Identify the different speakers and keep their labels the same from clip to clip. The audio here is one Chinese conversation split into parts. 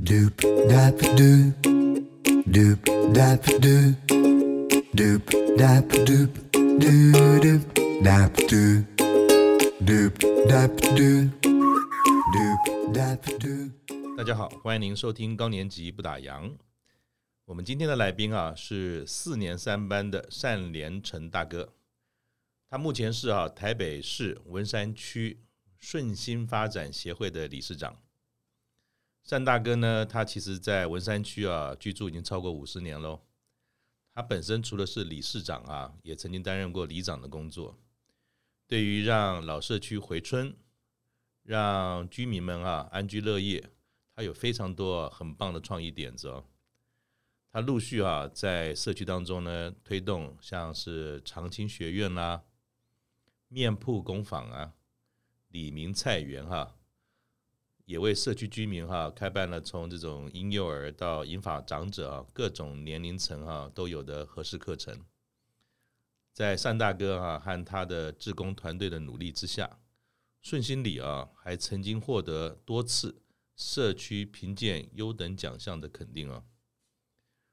Speaker 1: Doop dap doop, doop dap doop, doop dap doop, doo doop dap doop, doop dap doop, doop dap doop.
Speaker 2: 大家好，欢迎您收听高年级不打烊。我们今天的来宾啊是四年三班的单连成大哥，他目前是啊台北市文山区顺心发展协会的理事长。单大哥呢，他其实在文山区啊居住已经超过五十年喽。他本身除了是理事长啊，也曾经担任过里长的工作。对于让老社区回春，让居民们啊安居乐业，他有非常多很棒的创意点子哦。他陆续啊在社区当中呢推动像是长青学院啦、面铺工坊啊、李明菜园哈、也为社区居民哈、开办了从这种婴幼儿到银发长者啊各种年龄层哈、都有的合适课程。在单大哥啊和他的志工团队的努力之下，顺心里啊还曾经获得多次社区评鉴优等奖项的肯定啊。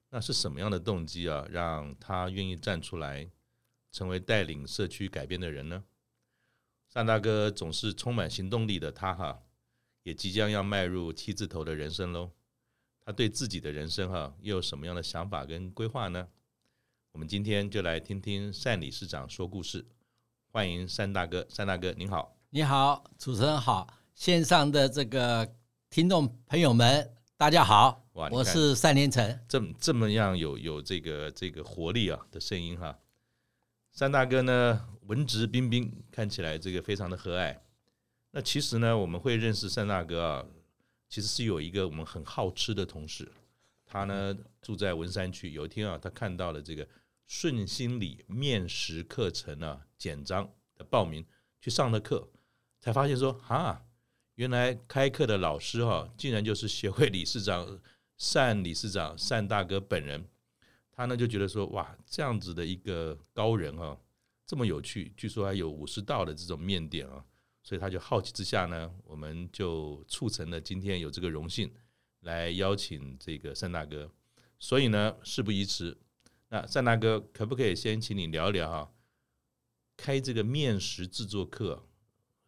Speaker 2: 那是什么样的动机啊，让他愿意站出来，成为带领社区改变的人呢？单大哥总是充满行动力的他哈，也即将要迈入七字头的人生喽。他对自己的人生哈，又有什么样的想法跟规划呢？我们今天就来听听单理事长说故事。欢迎单大哥，单大哥您好。
Speaker 3: 你好，主持人好，线上的这个听众朋友们，大家好，
Speaker 2: 哇你看
Speaker 3: 我是单连成。
Speaker 2: 这么这么样有有这个这个活力啊的声音哈。三大哥呢，文质彬彬，看起来这个非常的和蔼。那其实呢，我们会认识三大哥啊，其实是有一个我们很好吃的同事，他呢住在文山区。有一天啊，他看到了这个顺心理面食课程啊简章的报名，去上了课，才发现说哈，原来开课的老师哈、竟然就是协会理事长单理事长单大哥本人，他呢就觉得说，哇，这样子的一个高人啊，这么有趣，据说还有五十道的这种面点啊，所以他就好奇之下呢，我们就促成了今天有这个荣幸来邀请这个单大哥。所以呢，事不宜迟，那单大哥可不可以先请你聊一聊啊，开这个面食制作课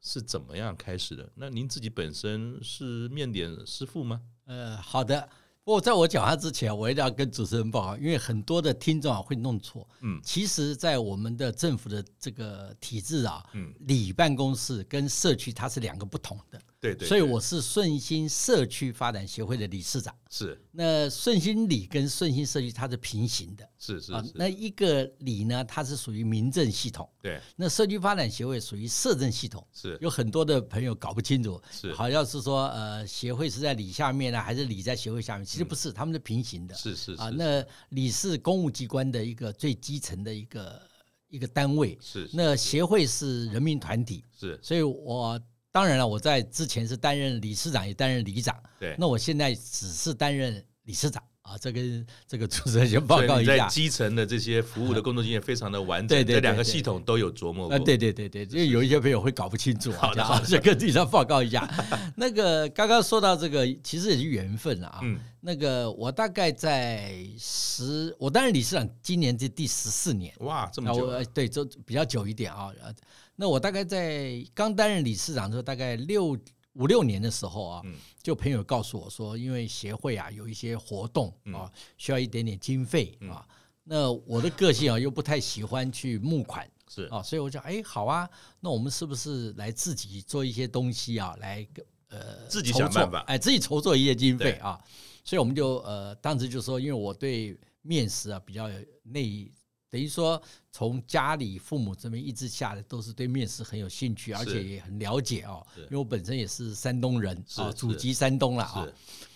Speaker 2: 是怎么样开始的？那您自己本身是面点师傅吗？
Speaker 3: 呃，好的。不过在我讲话之前，我一定要跟主持人报告，因为很多的听众啊会弄错。
Speaker 2: 嗯
Speaker 3: 其实，在我们的政府的这个体制啊，
Speaker 2: 嗯，
Speaker 3: 里办公室跟社区它是两个不同的。
Speaker 2: 对对，
Speaker 3: 所以
Speaker 2: 对
Speaker 3: 我是顺心社区发展协会的理事长。
Speaker 2: 是
Speaker 3: 那顺心里跟顺心社区它是平行的
Speaker 2: 是是
Speaker 3: 啊
Speaker 2: 是，。
Speaker 3: 那一个里呢，它是属于民政系统。
Speaker 2: 对
Speaker 3: 那社区发展协会属于社政系统，
Speaker 2: 是
Speaker 3: 有很多的朋友搞不清楚，
Speaker 2: 是
Speaker 3: 好像是说呃协会是在理下面呢、啊还是理在协会下面？其实不是，他们是平行的。
Speaker 2: 嗯是是
Speaker 3: 啊，
Speaker 2: 是
Speaker 3: 那理是公务机关的一个最基层的一个一个单位，
Speaker 2: 是是
Speaker 3: 那协会是人民团体，
Speaker 2: 是
Speaker 3: 所以我当然了，我在之前是担任理事长，也担任里长，
Speaker 2: 对。
Speaker 3: 那我现在只是担任理事长啊，这个这个主持人先报
Speaker 2: 所以
Speaker 3: 告
Speaker 2: 你
Speaker 3: 一
Speaker 2: 在
Speaker 3: 下。
Speaker 2: 基层的这些服务的工作经验非常的完整，
Speaker 3: 对对对
Speaker 2: 这两个
Speaker 3: 对
Speaker 2: 系统都有琢磨过。
Speaker 3: 啊，对对对对，因为有一些朋友会搞不清楚啊，
Speaker 2: 好的
Speaker 3: 这样啊就跟地上报告一下。 那个刚刚说到这个，其实也是缘分了啊。
Speaker 2: 嗯
Speaker 3: 那个我大概在十，我担任理事长今年这第十四年，
Speaker 2: 哇，哦这
Speaker 3: 啊，
Speaker 2: 么久
Speaker 3: 我
Speaker 2: 了，
Speaker 3: 呃对，就比较久一点啊。呃那我大概在刚担任理事长的时候，大概六五六年的时候啊，
Speaker 2: 嗯
Speaker 3: 就朋友告诉我说，因为协会啊有一些活动
Speaker 2: 嗯
Speaker 3: 啊，需要一点点经费啊。那我的个性啊，又不太喜欢去募款，
Speaker 2: 是
Speaker 3: 啊，所以我就哎，好啊，那我们是不是来自己做一些东西啊，来呃
Speaker 2: 自己
Speaker 3: 筹
Speaker 2: 想
Speaker 3: 措
Speaker 2: 办法
Speaker 3: 哎，自己筹措一些经费
Speaker 2: 对
Speaker 3: 啊，所以我们就呃，当时就说，因为我对面食啊比较有内，等于说从家里父母这边一直下来都是对面食很有兴趣，而
Speaker 2: 是
Speaker 3: 且也很了解哦
Speaker 2: 是，
Speaker 3: 因为我本身也是山东人啊，
Speaker 2: 是
Speaker 3: 祖
Speaker 2: 是
Speaker 3: 籍山东了啊
Speaker 2: 是，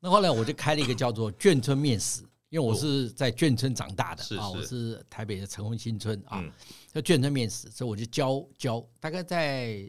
Speaker 3: 那后来我就开了一个叫做眷村面食，因为我是在眷村长大的
Speaker 2: 哦是
Speaker 3: 啊，
Speaker 2: 是
Speaker 3: 我是台北的城红新村啊
Speaker 2: 嗯，
Speaker 3: 叫眷村面食，所以我就教教，大概在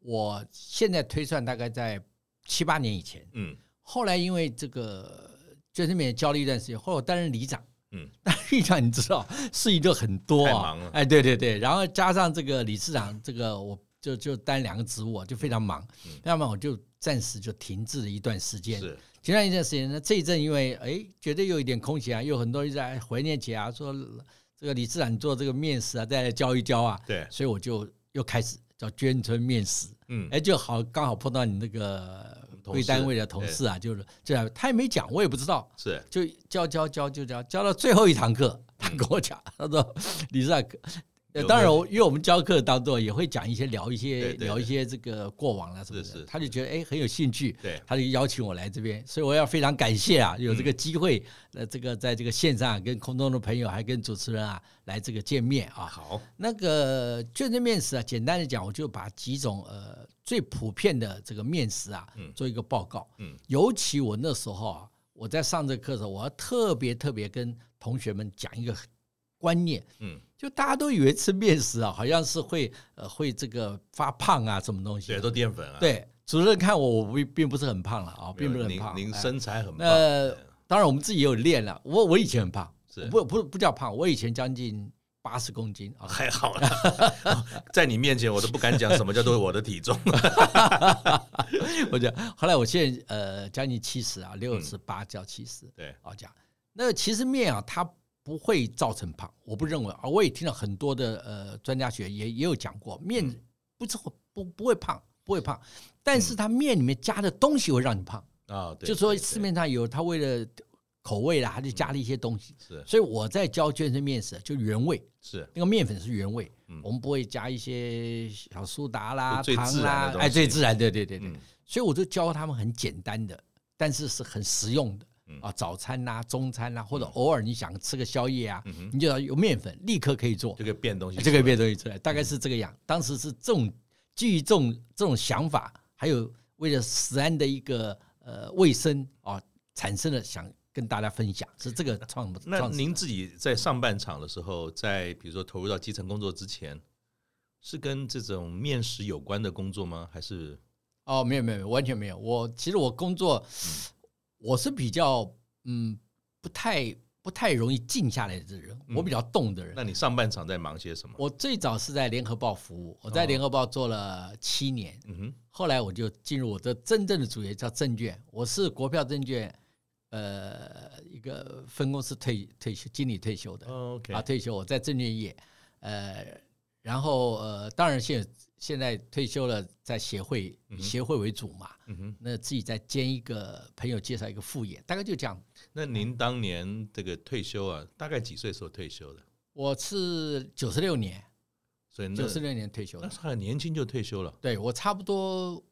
Speaker 3: 我现在推算大概在七八年以前。
Speaker 2: 嗯
Speaker 3: 后来因为这个眷村面食教了一段时间，后来我担任里长。
Speaker 2: 嗯，
Speaker 3: 但里长你知道事情就很多
Speaker 2: 太
Speaker 3: 啊
Speaker 2: 忙了，
Speaker 3: 哎，对对对，然后加上这个理事长，这个我就就担两个职务啊，就非常忙。那么我就暂时就停滞了一段时间。
Speaker 2: 嗯是
Speaker 3: 前段一段时间呢，这一阵因为哎，觉得有一点空闲啊，有很多人在怀念起啊，说这个李自然做这个面食啊，再来教一教啊，
Speaker 2: 对，
Speaker 3: 所以我就又开始叫捐村面食，
Speaker 2: 嗯，
Speaker 3: 哎，就好刚好碰到你那个
Speaker 2: 同
Speaker 3: 贵
Speaker 2: 事
Speaker 3: 单位的同事啊，就是这样，他也没讲，我也不知道，
Speaker 2: 是
Speaker 3: 就教教教就教教到最后一堂课，他跟我讲，他说李自然可。呃
Speaker 2: 嗯有
Speaker 3: 当然
Speaker 2: 没有
Speaker 3: 我，因为我们教课当中也会讲一些聊一些
Speaker 2: 对对
Speaker 3: 聊一
Speaker 2: 对
Speaker 3: 些这个过往啊什么的，
Speaker 2: 是是
Speaker 3: 他就觉得哎很有兴趣，
Speaker 2: 对，
Speaker 3: 他就邀请我来这边，所以我要非常感谢啊，有这个机会，呃，这个在这个线上啊跟空中的朋友，还跟主持人啊来这个见面啊。
Speaker 2: 好，
Speaker 3: 那个卷蒸面食啊，简单的讲，我就把几种呃最普遍的这个面食啊
Speaker 2: 嗯，
Speaker 3: 做一个报告。
Speaker 2: 嗯，
Speaker 3: 尤其我那时候啊，我在上这个课的时候，我要特别特别跟同学们讲一个观念，
Speaker 2: 嗯，
Speaker 3: 就大家都以为吃面食啊，好像是会呃会这个发胖啊，什么东西的
Speaker 2: 对，都淀粉啊，
Speaker 3: 对，主任看我，我并并不是很胖了啊，
Speaker 2: 没有，
Speaker 3: 并不是很胖。
Speaker 2: 您您
Speaker 3: 哎
Speaker 2: 身材很棒，
Speaker 3: 那当然我们自己也有练了，我我以前很胖，
Speaker 2: 是
Speaker 3: 我不不不叫胖，我以前将近八十公斤啊。
Speaker 2: 还好啦，哦在你面前我都不敢讲什么叫做我的体重，
Speaker 3: 我讲，后来我现在呃将近七十啊，六
Speaker 2: 嗯
Speaker 3: 十八叫七十
Speaker 2: 对，
Speaker 3: 啊讲。那其实面啊，它不会造成胖，我不认为啊。我也听了很多的呃专家学也也有讲过，面
Speaker 2: 嗯
Speaker 3: 不是会不不会胖，不会胖，但是它面里面加的东西会让你胖。
Speaker 2: 啊，嗯对
Speaker 3: 就说
Speaker 2: 对嗯对
Speaker 3: 市面上有他为了口味啦，他就加了一些东西。
Speaker 2: 是
Speaker 3: 所以我在教健身面食，就原味，
Speaker 2: 是
Speaker 3: 那个面粉是原味，
Speaker 2: 嗯
Speaker 3: 我们不会加一些小苏打啦、
Speaker 2: 就最
Speaker 3: 糖
Speaker 2: 自然的
Speaker 3: 啦
Speaker 2: 东，西
Speaker 3: 哎，最自然，对对对对。
Speaker 2: 嗯
Speaker 3: 所以我就教他们很简单的，但是是很实用的
Speaker 2: 嗯
Speaker 3: 啊，早餐啦、中餐啦，或者偶尔你想吃个宵夜啊，
Speaker 2: 嗯哼
Speaker 3: 你就要有面粉，立刻可以做哎
Speaker 2: 这，个嗯变东西，
Speaker 3: 这个变东西出来，大概是这个样。当时是这种基于这种这种想法，还有为了食安的一个呃卫生啊、产生了想跟大家分享，是这个创
Speaker 2: 那
Speaker 3: 创始
Speaker 2: 您自己在上半场的时候，在比如说投入到基层工作之前，是跟这种面食有关的工作吗？还是
Speaker 3: 哦，没有没有，完全没有。我其实我工作，我是比较嗯不太不太容易静下来的人，我比较动的人。
Speaker 2: 嗯那你上半场在忙些什么？
Speaker 3: 我最早是在联合报服务，
Speaker 2: 哦
Speaker 3: 我在联合报做了七年，
Speaker 2: 嗯哼，
Speaker 3: 后来我就进入我的真正的主业叫证券，我是国票证券，呃，一个分公司退退休经理退休的、
Speaker 2: 哦 OK，
Speaker 3: 啊，退休我在证券业，呃，然后呃，当然现现在退休了，在协会、协会为主嘛，
Speaker 2: 嗯哼，
Speaker 3: 那自己再兼一个朋友介绍一个副业，大概就这样。
Speaker 2: 那您当年这个退休啊，大概几岁时候退休的？
Speaker 3: 我是九十六年，
Speaker 2: 所以那
Speaker 3: 九十六年退休
Speaker 2: 嗯那
Speaker 3: 的，
Speaker 2: 时候很年轻就退休了，
Speaker 3: 对我差不多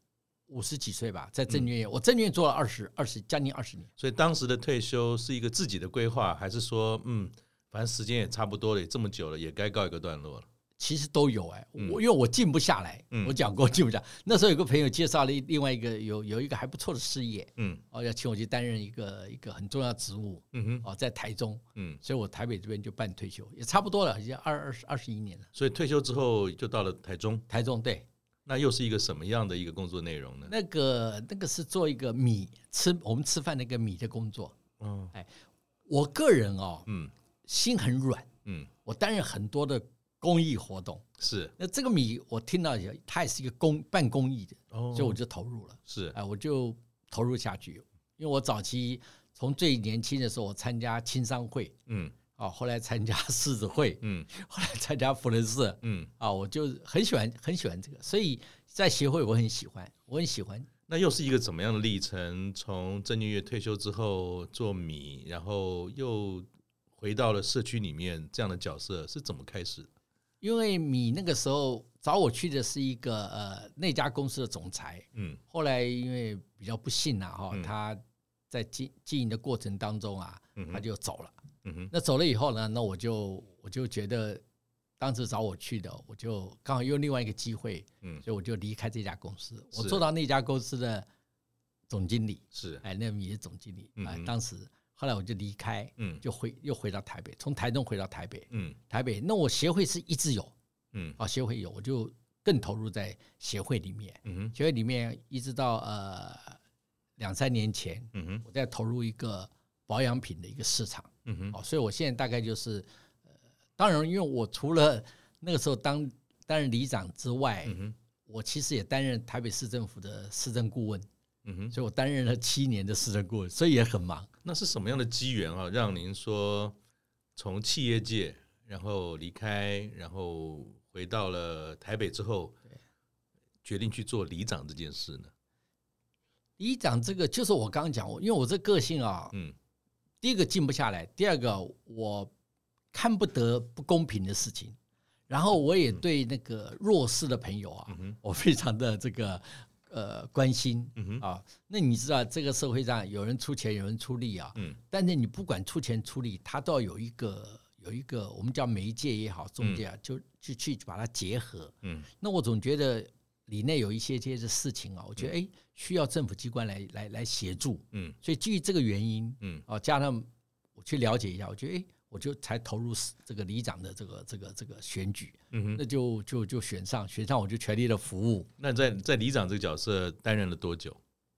Speaker 3: 五十几岁吧，在证
Speaker 2: 嗯
Speaker 3: 券业，我证券业做了二十二十将近二十年。
Speaker 2: 所以当时的退休是一个自己的规划，还是说嗯，反正时间也差不多了，也这么久了，也该告一个段落了。
Speaker 3: 其实都有哎、
Speaker 2: 嗯
Speaker 3: 我因为我静不下来，
Speaker 2: 嗯
Speaker 3: 我讲过静不下。那时候有个朋友介绍了一另外一个有有一个还不错的事业，
Speaker 2: 嗯
Speaker 3: 哦，要请我去担任一个一个很重要的职务，
Speaker 2: 嗯哼
Speaker 3: 哦，在台中，
Speaker 2: 嗯，
Speaker 3: 所以我台北这边就办退休，也差不多了，已经二二十二十一年了。
Speaker 2: 所以退休之后就到了台中，
Speaker 3: 台中对，
Speaker 2: 那又是一个什么样的一个工作内容呢？
Speaker 3: 那个那个是做一个米吃我们吃饭那个米的工作。
Speaker 2: 嗯
Speaker 3: 我个人哦，
Speaker 2: 嗯
Speaker 3: 心很软，
Speaker 2: 嗯，
Speaker 3: 我担任很多的公益活动。
Speaker 2: 是
Speaker 3: 那这个米我听到也，它也是一个公办公益的，
Speaker 2: 哦
Speaker 3: 所以我就投入了。
Speaker 2: 是
Speaker 3: 哎，我就投入下去。因为我早期从最年轻的时候，我参加青商会
Speaker 2: 嗯
Speaker 3: 啊，后来参加狮子会，
Speaker 2: 嗯
Speaker 3: 后来参加福伦社
Speaker 2: 嗯，
Speaker 3: 啊，我就很喜欢很喜欢这个，所以在协会我很喜欢，我很喜欢。
Speaker 2: 那又是一个怎么样的历程？从郑俊月退休之后做米，然后又回到了社区里面这样的角色是怎么开始的？
Speaker 3: 因为你那个时候找我去的是一个呃那家公司的总裁，
Speaker 2: 嗯
Speaker 3: 后来因为比较不幸啊，哈、
Speaker 2: 嗯
Speaker 3: 他在经经营的过程当中啊，
Speaker 2: 嗯哼
Speaker 3: 他就走了。
Speaker 2: 嗯哼
Speaker 3: 那走了以后呢，那我就我就觉得，当时找我去的，我就刚好用另外一个机会，
Speaker 2: 嗯
Speaker 3: 所以我就离开这家公司，我
Speaker 2: 是
Speaker 3: 做到那家公司的总经理，
Speaker 2: 是
Speaker 3: 哎，那米的总经理，哎
Speaker 2: 嗯，哼
Speaker 3: 当时后来我就离开，
Speaker 2: 嗯
Speaker 3: 就回又回到台北，从台中回到台北，
Speaker 2: 嗯
Speaker 3: 台北那我协会是一直有
Speaker 2: 嗯
Speaker 3: 啊，协会有，我就更投入在协会里面，
Speaker 2: 嗯哼
Speaker 3: 协会里面一直到呃两三年前，
Speaker 2: 嗯哼
Speaker 3: 我在投入一个保养品的一个市场。
Speaker 2: 嗯哼
Speaker 3: 哦，所以我现在大概就是，呃，当然，因为我除了那个时候当担任里长之外，
Speaker 2: 嗯哼
Speaker 3: 我其实也担任台北市政府的市政顾问，
Speaker 2: 嗯哼，
Speaker 3: 所以我担任了七年的市政顾问，所以也很忙。
Speaker 2: 那是什么样的机缘啊，让您说从企业界，然后离开，然后回到了台北之后，决定去做里长这件事呢？
Speaker 3: 里长这个就是我刚刚讲，我因为我这个性啊，
Speaker 2: 嗯
Speaker 3: 第一个静不下来，第二个我看不得不公平的事情，然后我也对那个弱势的朋友啊，
Speaker 2: 嗯哼
Speaker 3: 我非常的这个呃关心
Speaker 2: 嗯哼
Speaker 3: 啊。那你知道这个社会上有人出钱，有人出力啊，
Speaker 2: 嗯
Speaker 3: 但是你不管出钱出力，它都要有一个有一个我们叫媒介也好，中介啊，就就去把它结合。
Speaker 2: 嗯
Speaker 3: 那我总觉得里内有一些这些事情啊，我觉得哎需要政府机关来来来协助，
Speaker 2: 嗯
Speaker 3: 所以基于这个原因，
Speaker 2: 嗯
Speaker 3: 哦，加上我去了解一下，我觉得哎，诶我就才投入这个里长的这个这个这个选举，
Speaker 2: 嗯哼。
Speaker 3: 那就就就选上，选上我就全力的服务。
Speaker 2: 那在在里长这个角色担任了多久？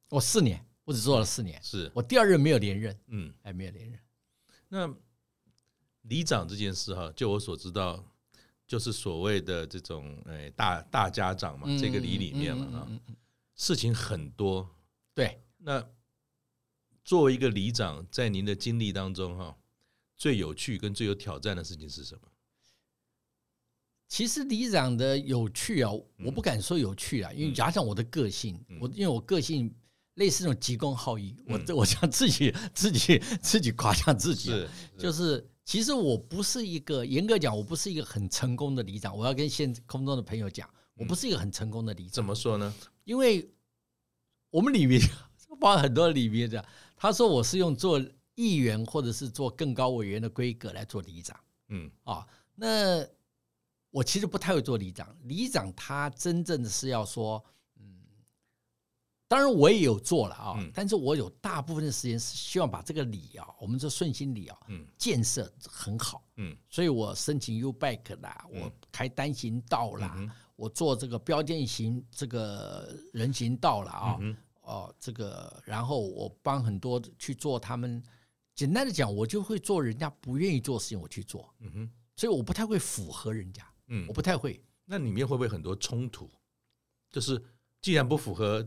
Speaker 3: 我四年，我只做了四年，
Speaker 2: 是，
Speaker 3: 我第二任没有连任，
Speaker 2: 嗯，
Speaker 3: 哎，没有连任。
Speaker 2: 那里长这件事哈，就我所知道，就是所谓的这种哎大大家长嘛，这个里里面
Speaker 3: 嗯
Speaker 2: 了
Speaker 3: 嗯
Speaker 2: 啊，
Speaker 3: 嗯嗯嗯
Speaker 2: 事情很多。
Speaker 3: 对，
Speaker 2: 那作为一个里长，在您的经历当中哈，最有趣跟最有挑战的事情是什么？
Speaker 3: 其实里长的有趣啊，我
Speaker 2: 嗯
Speaker 3: 不敢说有趣啊，因为加上我的个性，我因为我个性类似那种急公好义，
Speaker 2: 嗯
Speaker 3: 我我想自己自己自己夸奖自己啊、
Speaker 2: 是，
Speaker 3: 就是其实我不是一个严格讲，我不是一个很成功的里长。我要跟现空中的朋友讲，我不是一个很成功的里长，
Speaker 2: 嗯怎么说呢？
Speaker 3: 因为我们里面包含很多里面的，他说我是用做议员或者是做更高委员的规格来做里长
Speaker 2: 嗯
Speaker 3: 啊。那我其实不太会做里长，里长他真正的是要说，嗯，当然我也有做了啊，
Speaker 2: 嗯
Speaker 3: 但是我有大部分的时间是希望把这个里啊，我们说顺心里啊，
Speaker 2: 嗯
Speaker 3: 建设很好。
Speaker 2: 嗯
Speaker 3: 所以我申请 U bike 啦，我开单行道啦，
Speaker 2: 嗯哼
Speaker 3: 我做这个标间行这个人行道了啊、
Speaker 2: 嗯哼
Speaker 3: 哦，这个然后我帮很多去做他们，简单的讲，我就会做人家不愿意做的事情，我去做，
Speaker 2: 嗯哼
Speaker 3: 所以我不太会符合人家，我
Speaker 2: 嗯，
Speaker 3: 不太会。
Speaker 2: 那里面会不会很多冲突？就是既然不符合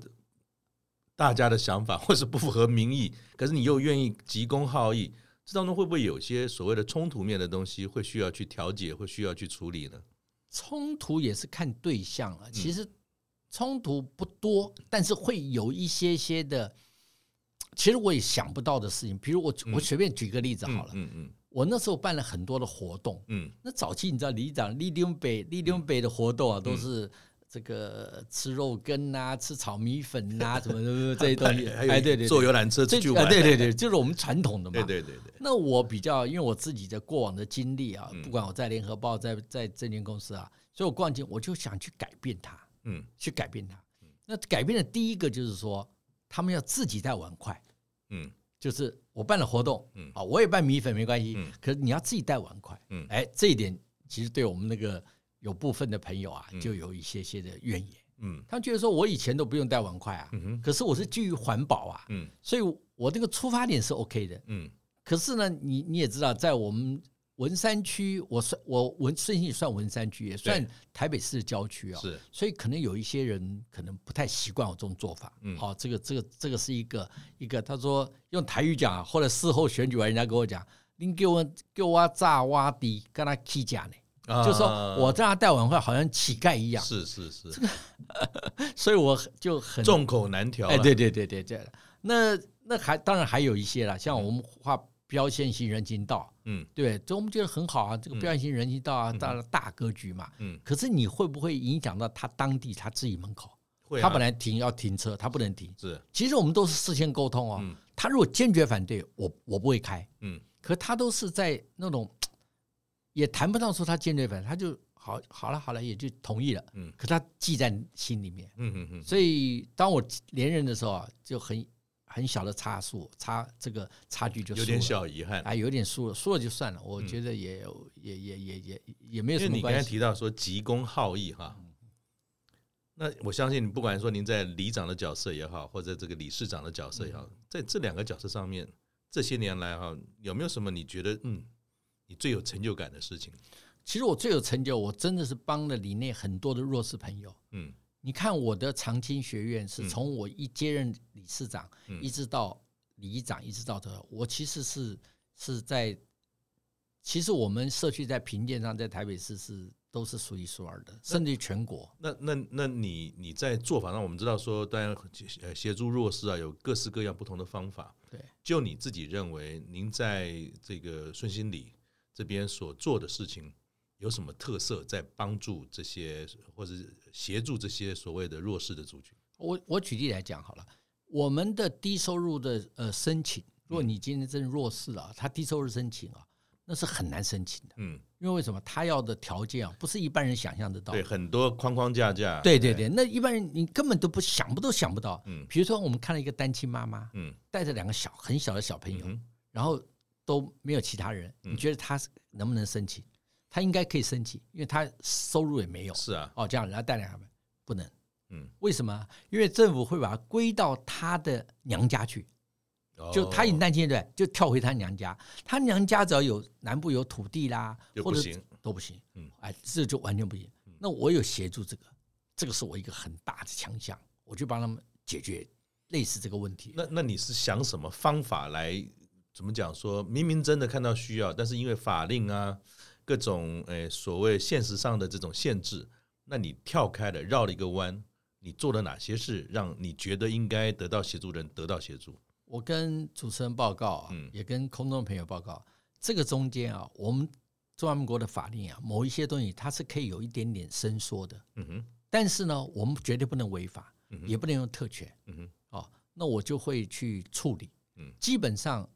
Speaker 2: 大家的想法， 或是不符合民意，可是你又愿意急公好义，这当中会不会有些所谓的冲突面的东西，会需要去调解，会需要去处理呢？
Speaker 3: 冲突也是看对象
Speaker 2: 嗯
Speaker 3: 了，其实冲突不多，但是会有一些些的。其实我也想不到的事情，比如我我随便举个例子好了，
Speaker 2: 嗯嗯
Speaker 3: 我那时候办了很多的活动，
Speaker 2: 嗯
Speaker 3: 那早期你知道里长立丁北立丁北的活动啊，
Speaker 2: 嗯
Speaker 3: 都是这个吃肉羹啊，吃炒米粉 啊，什么什么这些东西。
Speaker 2: 嗯， 还有
Speaker 3: 哎，对对，
Speaker 2: 坐
Speaker 3: 对
Speaker 2: 游览车出去
Speaker 3: 这啊，
Speaker 2: 玩，
Speaker 3: 对 对对，就是我们传统的嘛。
Speaker 2: 对对对对，
Speaker 3: 那我比较，因为我自己的过往的经历啊，
Speaker 2: 嗯
Speaker 3: 不管我在联合报，在在证券公司啊，所以我过往经我就想去改变它，
Speaker 2: 嗯
Speaker 3: 去改变它。那改变的第一个就是说，他们要自己带碗筷。
Speaker 2: 嗯
Speaker 3: 就是我办了活动，
Speaker 2: 嗯
Speaker 3: 啊，我也办米粉没关系，
Speaker 2: 嗯
Speaker 3: 可是你要自己带碗筷，
Speaker 2: 嗯
Speaker 3: 哎，这一点其实对我们那个有部分的朋友啊
Speaker 2: 嗯，
Speaker 3: 就有一些些的怨言，
Speaker 2: 嗯
Speaker 3: 他们觉得说我以前都不用带碗筷啊，
Speaker 2: 嗯哼
Speaker 3: 可是我是基于环保啊，
Speaker 2: 嗯
Speaker 3: 所以我这个出发点是 OK 的，
Speaker 2: 嗯
Speaker 3: 可是呢，你你也知道，在我们文山区，我算我文顺义算文山区，也算台北市的郊区啊、
Speaker 2: 是
Speaker 3: 所以可能有一些人可能不太习惯我这种做法。
Speaker 2: 嗯
Speaker 3: 好、这个这个这个是一个一个，他说用台语讲啊，后来事后选举完，人家跟我讲，您给我给我炸挖地，跟他起假呢，
Speaker 2: 啊
Speaker 3: 就说我让他带晚会好像乞丐一样，
Speaker 2: 是是是，
Speaker 3: 所以我就很
Speaker 2: 众口难调了，
Speaker 3: 哎，对对对对对，那那还当然还有一些啦，像我们画标线型人行道，
Speaker 2: 嗯
Speaker 3: 对，这我们觉得很好啊，这个标线型人行道啊，大大格局嘛。
Speaker 2: 嗯，
Speaker 3: 可是你会不会影响到他当地他自己门口？
Speaker 2: 会啊
Speaker 3: 他本来停要停车，他不能停。
Speaker 2: 是
Speaker 3: 其实我们都是事先沟通哦。
Speaker 2: 嗯
Speaker 3: 他如果坚决反对，我我不会开。
Speaker 2: 嗯
Speaker 3: 可他都是在那种，也谈不上说他坚决反对，他就好好了好了，也就同意了。
Speaker 2: 嗯
Speaker 3: 可他记在心里面。
Speaker 2: 嗯嗯嗯
Speaker 3: 所以当我连任的时候啊，就很很小的差数，差这个差距就输
Speaker 2: 有
Speaker 3: 了
Speaker 2: 点小遗憾，
Speaker 3: 啊，有点输了，输了就算了，我觉得也有、也也也也也没有
Speaker 2: 因为
Speaker 3: 什么
Speaker 2: 你刚才
Speaker 3: 关系。嗯
Speaker 2: 提到说急公好义哈，那我相信你不管说您在里长的角色也好，或者这个理事长的角色也
Speaker 3: 嗯
Speaker 2: 好，在这两个角色上面，这些年来哈，有没有什么你觉得嗯，你最有成就感的事情？
Speaker 3: 其实我最有成就，我真的是帮了里内很多的弱势朋友，
Speaker 2: 嗯
Speaker 3: 你看我的长青学院是从我一接任理事长，
Speaker 2: 嗯
Speaker 3: 一直到李议长，一直到这，我其实是是在，其实我们社区在评鉴上，在台北市是都是数一数二的，甚至于全国。
Speaker 2: 那那那你你在做法上，我们知道说，当然呃协助弱势啊，有各式各样不同的方法。
Speaker 3: 对，
Speaker 2: 就你自己认为，您在这个顺心里这边所做的事情，有什么特色在帮助这些或者是协助这些所谓的弱势的族群？
Speaker 3: 我我举例来讲好了，我们的低收入的呃申请，如果你今天真弱势了，他低收入申请啊，那是很难申请的，
Speaker 2: 嗯，
Speaker 3: 因为为什么？他要的条件啊，不是一般人想象得到
Speaker 2: 对，
Speaker 3: 的。
Speaker 2: 很多框框架架。
Speaker 3: 对对，对，那一般人你根本都不想不都想不到。啊
Speaker 2: 嗯
Speaker 3: 比如说我们看了一个单亲妈妈，
Speaker 2: 嗯
Speaker 3: 带着两个小很小的小朋友，
Speaker 2: 嗯
Speaker 3: 然后都没有其他人，
Speaker 2: 嗯
Speaker 3: 你觉得他是能不能申请？他应该可以申请，因为他收入也没有
Speaker 2: 哼，。是啊，
Speaker 3: 哦，这样然后带两个孩子不能，
Speaker 2: 嗯，
Speaker 3: 为什么？因为政府会把它归到他的娘家去，就他已经
Speaker 2: 哦
Speaker 3: 单亲对不对，就跳回他娘家。他娘家只要有南部有土地啦
Speaker 2: 就，
Speaker 3: 或
Speaker 2: 不
Speaker 3: 者
Speaker 2: 行
Speaker 3: 都不行。
Speaker 2: 嗯
Speaker 3: 嗯，哎，这就完全不行。那我有协助这个，这个是我一个很大的强项，我去帮他们解决类似这个问题。
Speaker 2: 那那你是想什么方法来？怎么讲说？明明真的看到需要，但是因为法令啊，各种诶、呃所谓现实上的这种限制，那你跳开了，绕了一个弯，你做了哪些事，让你觉得应该得到协助的人得到协助？
Speaker 3: 我跟主持人报告啊，
Speaker 2: 嗯
Speaker 3: 也跟空中朋友报告，这个中间啊，我们中华民国的法令啊，某一些东西它是可以有一点点伸缩的，
Speaker 2: 嗯哼，
Speaker 3: 但是呢，我们绝对不能违法，
Speaker 2: 嗯哼
Speaker 3: 也不能用特权。
Speaker 2: 嗯哼，
Speaker 3: 哦，那我就会去处理。
Speaker 2: 嗯
Speaker 3: 基本上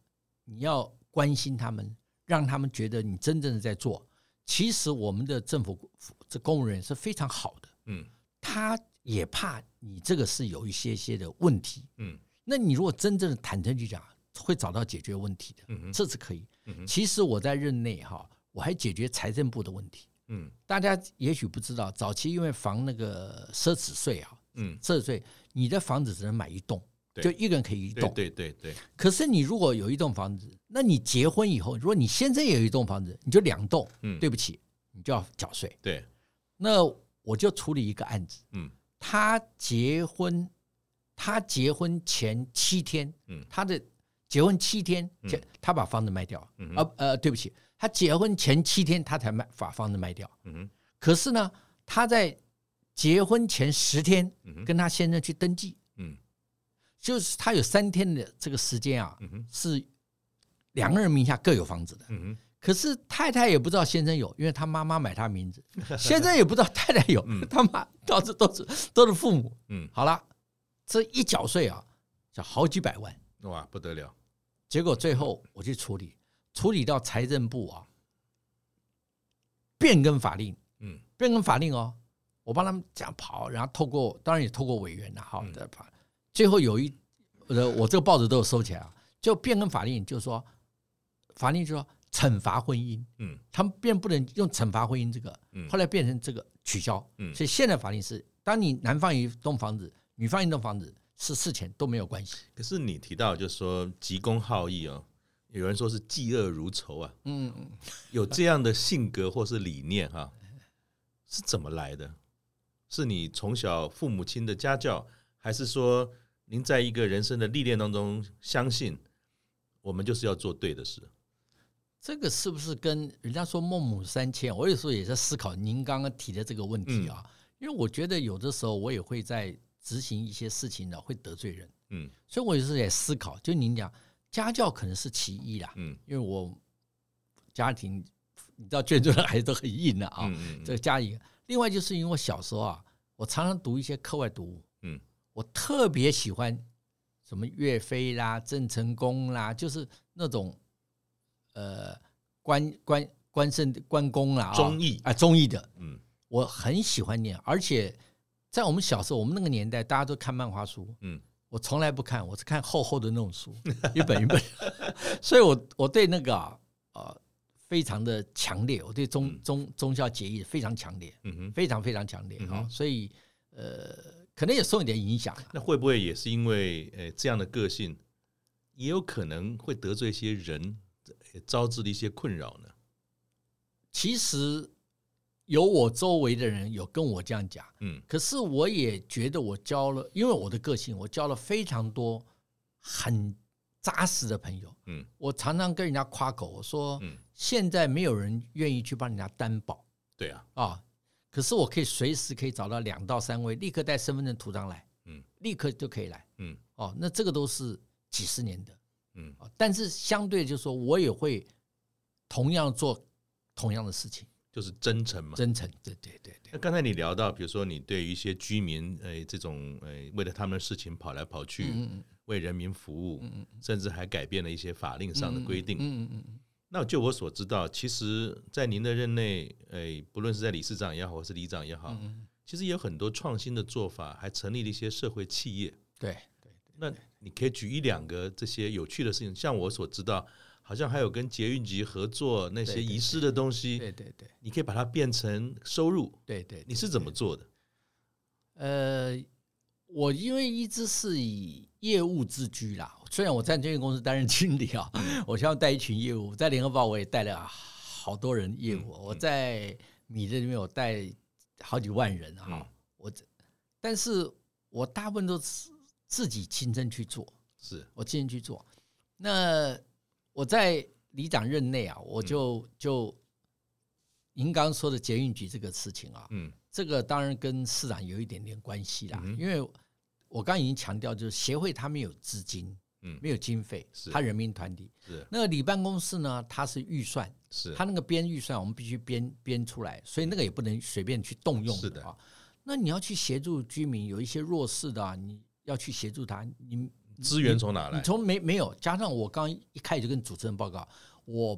Speaker 3: 你要关心他们，让他们觉得你真正的在做。其实我们的政府这公务人员是非常好的，
Speaker 2: 嗯
Speaker 3: 他也怕你这个是有一些些的问题。
Speaker 2: 嗯
Speaker 3: 那你如果真正的坦诚去讲，会找到解决问题的，
Speaker 2: 嗯哼
Speaker 3: 这是可以。
Speaker 2: 嗯哼
Speaker 3: 其实我在任内哈，我还解决财政部的问题。
Speaker 2: 嗯
Speaker 3: 大家也许不知道，早期因为防那个奢侈税啊，
Speaker 2: 嗯，
Speaker 3: 这所以你的房子只能买一栋，
Speaker 2: 对
Speaker 3: 就一个人可以一
Speaker 2: 对
Speaker 3: 栋。
Speaker 2: 嗯对对对，
Speaker 3: 可是你如果有一栋房子，那你结婚以后，如果你先生也有一栋房子，你就两栋，
Speaker 2: 嗯
Speaker 3: 对不起，你就要缴税。
Speaker 2: 对，
Speaker 3: 那我就处理一个案子，
Speaker 2: 嗯
Speaker 3: 他结婚，他结婚前七天，
Speaker 2: 嗯
Speaker 3: 他的结婚七天
Speaker 2: 嗯
Speaker 3: 前，他把房子卖掉，
Speaker 2: 嗯哼
Speaker 3: 呃呃，对不起，他结婚前七天他才卖把房子卖掉，
Speaker 2: 嗯哼
Speaker 3: 可是呢，他在结婚前十天
Speaker 2: 嗯哼
Speaker 3: 跟他先生去登记，
Speaker 2: 嗯
Speaker 3: 就是他有三天的这个时间啊，
Speaker 2: 嗯哼
Speaker 3: 是两个人名下各有房子的。
Speaker 2: 嗯哼
Speaker 3: 可是太太也不知道先生有，因为他妈妈买他名字，先生也不知道太太有，
Speaker 2: 嗯
Speaker 3: 他妈到处都是都是父母。
Speaker 2: 嗯，
Speaker 3: 好了，这一缴税啊，就好几百万。
Speaker 2: 哇，不得了，
Speaker 3: 结果最后我去处理，处理到财政部啊，变更法令，
Speaker 2: 嗯
Speaker 3: 变更法令哦，我帮他们这样跑，然后透过当然也透过委员了哈
Speaker 2: 嗯
Speaker 3: 的跑，最后有一呃我这个报纸都有收起来啊，就变更法令，就是说法令就说惩罚婚姻，
Speaker 2: 嗯
Speaker 3: 他们变不能用惩罚婚姻这个
Speaker 2: 嗯，
Speaker 3: 后来变成这个取消，
Speaker 2: 嗯
Speaker 3: 所以现在法令是当你男方有一栋房子，女方有一栋房子是事前都没有关系，
Speaker 2: 可是你提到就是说急公好义哦，有人说是嫉恶如仇啊，
Speaker 3: 嗯，嗯
Speaker 2: 有这样的性格或是理念哈、是怎么来的？是你从小父母亲的家教，还是说您在一个人生的历练当中相信我们就是要做对的事？
Speaker 3: 这个是不是跟人家说孟母三迁？我有时候也在思考您刚刚提的这个问题啊，因为我觉得有的时候我也会在执行一些事情呢，会得罪人，
Speaker 2: 嗯
Speaker 3: 所以我有时候也思考，就您讲家教可能是其一啦，
Speaker 2: 嗯
Speaker 3: 因为我家庭你知道卷州的孩子都很硬的啊，
Speaker 2: 嗯嗯
Speaker 3: 这个家里，另外就是因为我小时候啊，我常常读一些课外读物，
Speaker 2: 嗯，
Speaker 3: 我特别喜欢什么岳飞啦、郑成功啦，就是那种呃关关关圣关公啦、啊，
Speaker 2: 忠义
Speaker 3: 啊忠义的，
Speaker 2: 嗯
Speaker 3: 我很喜欢念，而且在我们小时候，我们那个年代，大家都看漫画书，
Speaker 2: 嗯
Speaker 3: 我从来不看，我是看厚厚的那种书，一 本一本， 所以我我对那个啊、呃非常的强烈，我对忠
Speaker 2: 嗯
Speaker 3: 忠忠孝节义非常强烈，
Speaker 2: 嗯哼。
Speaker 3: 非常非常强烈
Speaker 2: 嗯
Speaker 3: 啊、
Speaker 2: 哼
Speaker 3: 所以呃，可能也受一点影响啊
Speaker 2: 那会不会也是因为呃这样的个性，也有可能会得罪一些人，呃招致了一些困扰呢？
Speaker 3: 其实有我周围的人有跟我这样讲，
Speaker 2: 嗯
Speaker 3: 可是我也觉得我交了，因为我的个性，我交了非常多很扎实的朋友。
Speaker 2: 嗯
Speaker 3: 我常常跟人家夸口，我说
Speaker 2: 嗯，
Speaker 3: 现在没有人愿意去帮人家担保
Speaker 2: 对啊，
Speaker 3: 啊，可是我可以随时可以找到两到三位，立刻带身份证图章来，
Speaker 2: 嗯
Speaker 3: 立刻就可以来。
Speaker 2: 嗯
Speaker 3: 哦，那这个都是几十年的
Speaker 2: 嗯
Speaker 3: 啊，但是相对就是说我也会同样做同样的事情，
Speaker 2: 就是真诚嘛。
Speaker 3: 真诚，对对对对，
Speaker 2: 那刚才你聊到，比如说你对于一些居民，呃，这种呃，为了他们的事情跑来跑去，
Speaker 3: 嗯嗯
Speaker 2: 为人民服务，
Speaker 3: 嗯
Speaker 2: 甚至还改变了一些法令上的规定。
Speaker 3: 嗯嗯嗯嗯，
Speaker 2: 那就我所知道，其实，在您的任内，诶、不论是在理事长也好，或是里长也
Speaker 3: 嗯
Speaker 2: 好，其实也有很多创新的做法，还成立了一些社会企业。
Speaker 3: 对对，
Speaker 2: 那你可以举一两个这些有趣的事情，像我所知道，好像还有跟捷运局合作那些
Speaker 3: 对对
Speaker 2: 遗失的东西，
Speaker 3: 对对对
Speaker 2: 你可以把它变成收入，
Speaker 3: 对对，
Speaker 2: 你是怎么做的？
Speaker 3: 呃，我因为一直是以业务自居啦，虽然我在证券公司担任经理啊，我现在带一群业务，在联合报我也带了好多人业务，我在米这里面我带好几万人啊，
Speaker 2: 嗯
Speaker 3: 我这但是我大部分都是自己亲身去做，
Speaker 2: 是，
Speaker 3: 我亲身去做。那我在里长任内啊，我就、就您刚刚说的捷运局这个事情啊，
Speaker 2: 嗯
Speaker 3: 这个当然跟市长有一点点关系啦，
Speaker 2: 嗯哼
Speaker 3: 因为我刚刚已经强调，就是协会他没有资金，
Speaker 2: 嗯，
Speaker 3: 没有经费
Speaker 2: 是，
Speaker 3: 他人民团体。
Speaker 2: 是
Speaker 3: 那个里办公室呢，它是预算，
Speaker 2: 是，
Speaker 3: 它那个编预算我们必须编编出来，所以那个也不能随便去动用
Speaker 2: 是的
Speaker 3: 啊。那你要去协助居民，有一些弱势的啊，你要去协助他，你
Speaker 2: 资源从哪
Speaker 3: 你
Speaker 2: 来？
Speaker 3: 从没没有加上我刚一开始就跟主持人报告，我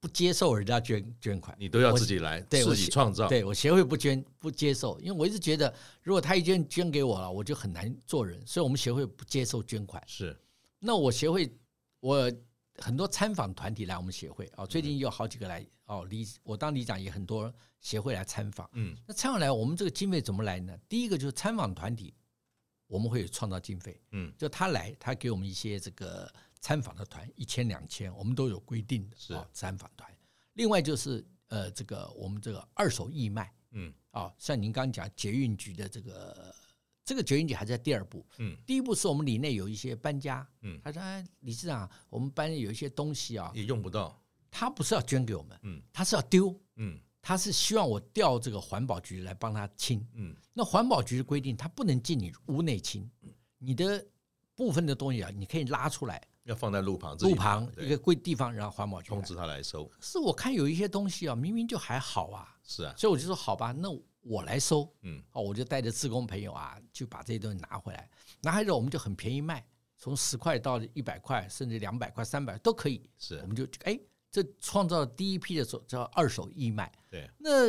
Speaker 3: 不接受人家捐捐款，
Speaker 2: 你都要自己来，
Speaker 3: 对
Speaker 2: 自
Speaker 3: 我
Speaker 2: 己
Speaker 3: 是
Speaker 2: 创造，
Speaker 3: 对我协会不捐不接受，因为我一直觉得，如果他一捐捐给我了，我就很难做人，所以我们协会不接受捐款。
Speaker 2: 是，
Speaker 3: 那我协会我很多参访团体来我们协会啊、最近有好几个来哦，里我当里长也很多协会来参访。
Speaker 2: 嗯
Speaker 3: 那参访来，我们这个经费怎么来呢？第一个就是参访团体，我们会有创造经费，
Speaker 2: 嗯，
Speaker 3: 就他来，他给我们一些这个参访的团，一千两千，我们都有规定的
Speaker 2: 是
Speaker 3: 啊、参访团。另外就是呃，这个我们这个二手义卖。
Speaker 2: 嗯
Speaker 3: 啊、像您刚刚讲捷运局的这个这个捷运局还在第二步，
Speaker 2: 嗯
Speaker 3: 第一步是我们里内有一些搬家，
Speaker 2: 嗯，
Speaker 3: 他说、哎、理事长，我们班有一些东西啊，
Speaker 2: 也用不到，
Speaker 3: 他不是要捐给我们，
Speaker 2: 嗯
Speaker 3: 他是要丢，
Speaker 2: 嗯
Speaker 3: 他是希望我调这个环保局来帮他清。
Speaker 2: 嗯
Speaker 3: 那环保局的规定，他不能进你屋内清，你的部分的东西啊，你可以拉出来，
Speaker 2: 要放在路旁，自己
Speaker 3: 路旁
Speaker 2: 对
Speaker 3: 一个贵地方，然后环保局
Speaker 2: 通
Speaker 3: 来。
Speaker 2: 知他来收，
Speaker 3: 可是我看有一些东西啊，明明就还好啊，
Speaker 2: 是啊，
Speaker 3: 所以我就说好吧，那我来收。
Speaker 2: 嗯
Speaker 3: 哦，我就带着志工朋友啊，就把这些东西拿回来，拿回来我们就很便宜卖，从十块到一百块，甚至两百块、三百都可以，
Speaker 2: 是
Speaker 3: 我，们就哎，这创造了第一批的手叫二手义卖。
Speaker 2: 对，
Speaker 3: 那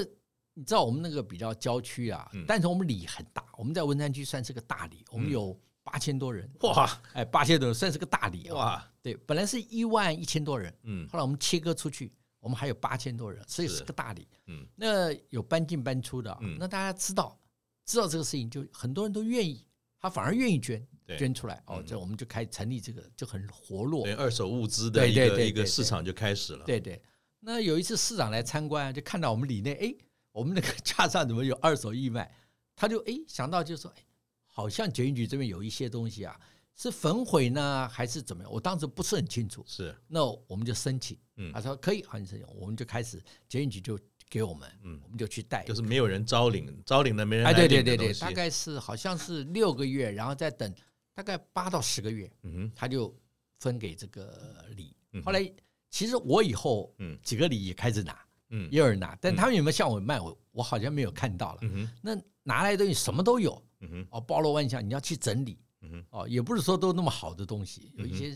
Speaker 3: 你知道我们那个比较郊区啊，
Speaker 2: 嗯
Speaker 3: 但是我们里很大，我们在文山区算是个大里，我们有八千多人，
Speaker 2: 哇
Speaker 3: 嗯哎，八千多人算是个大里啊、
Speaker 2: 哇，
Speaker 3: 对，本来是一万一千多人，
Speaker 2: 嗯
Speaker 3: 后来我们切割出去，我们还有八千多人，所以
Speaker 2: 是
Speaker 3: 是个大里。
Speaker 2: 嗯
Speaker 3: 那有搬进搬出的啊、
Speaker 2: 嗯
Speaker 3: 那大家知道知道这个事情，就很多人都愿意，他反而愿意捐
Speaker 2: 对
Speaker 3: 捐出来哦
Speaker 2: 嗯，
Speaker 3: 这我们就开成立这个就很活络
Speaker 2: 对，，二手物资的一
Speaker 3: 对对
Speaker 2: 个
Speaker 3: 对
Speaker 2: 一个
Speaker 3: 对
Speaker 2: 市场就开始了，
Speaker 3: 对对。那有一次市长来参观啊，就看到我们里内，哎，我们那个架上怎么有二手义卖？他就哎想到就说，哎，好像捷运局这边有一些东西啊，是焚毁呢还是怎么样？我当时不是很清楚，
Speaker 2: 是，
Speaker 3: 那我们就申请，
Speaker 2: 嗯
Speaker 3: 他说可以，好，你申请，我们就开始捷运局就给我们，
Speaker 2: 嗯
Speaker 3: 我们就去带，
Speaker 2: 就是没有人招领，招领了没人来
Speaker 3: 哎，对
Speaker 2: 领的
Speaker 3: 对对
Speaker 2: 东
Speaker 3: 对，
Speaker 2: 西
Speaker 3: 大概是好像是六个月，然后再等大概八到十个月，
Speaker 2: 嗯
Speaker 3: 他就分给这个里
Speaker 2: 嗯。
Speaker 3: 后来其实我以后
Speaker 2: 嗯
Speaker 3: 几个里也开始拿，
Speaker 2: 嗯
Speaker 3: 也有人拿，但他们有没有向我卖，我我好像没有看到了。
Speaker 2: 嗯哼
Speaker 3: 那拿来的东西什么都有
Speaker 2: 嗯哼
Speaker 3: 哦，包罗万象，你要去整理
Speaker 2: 嗯哼
Speaker 3: 哦，也不是说都那么好的东西，
Speaker 2: 嗯
Speaker 3: 有一些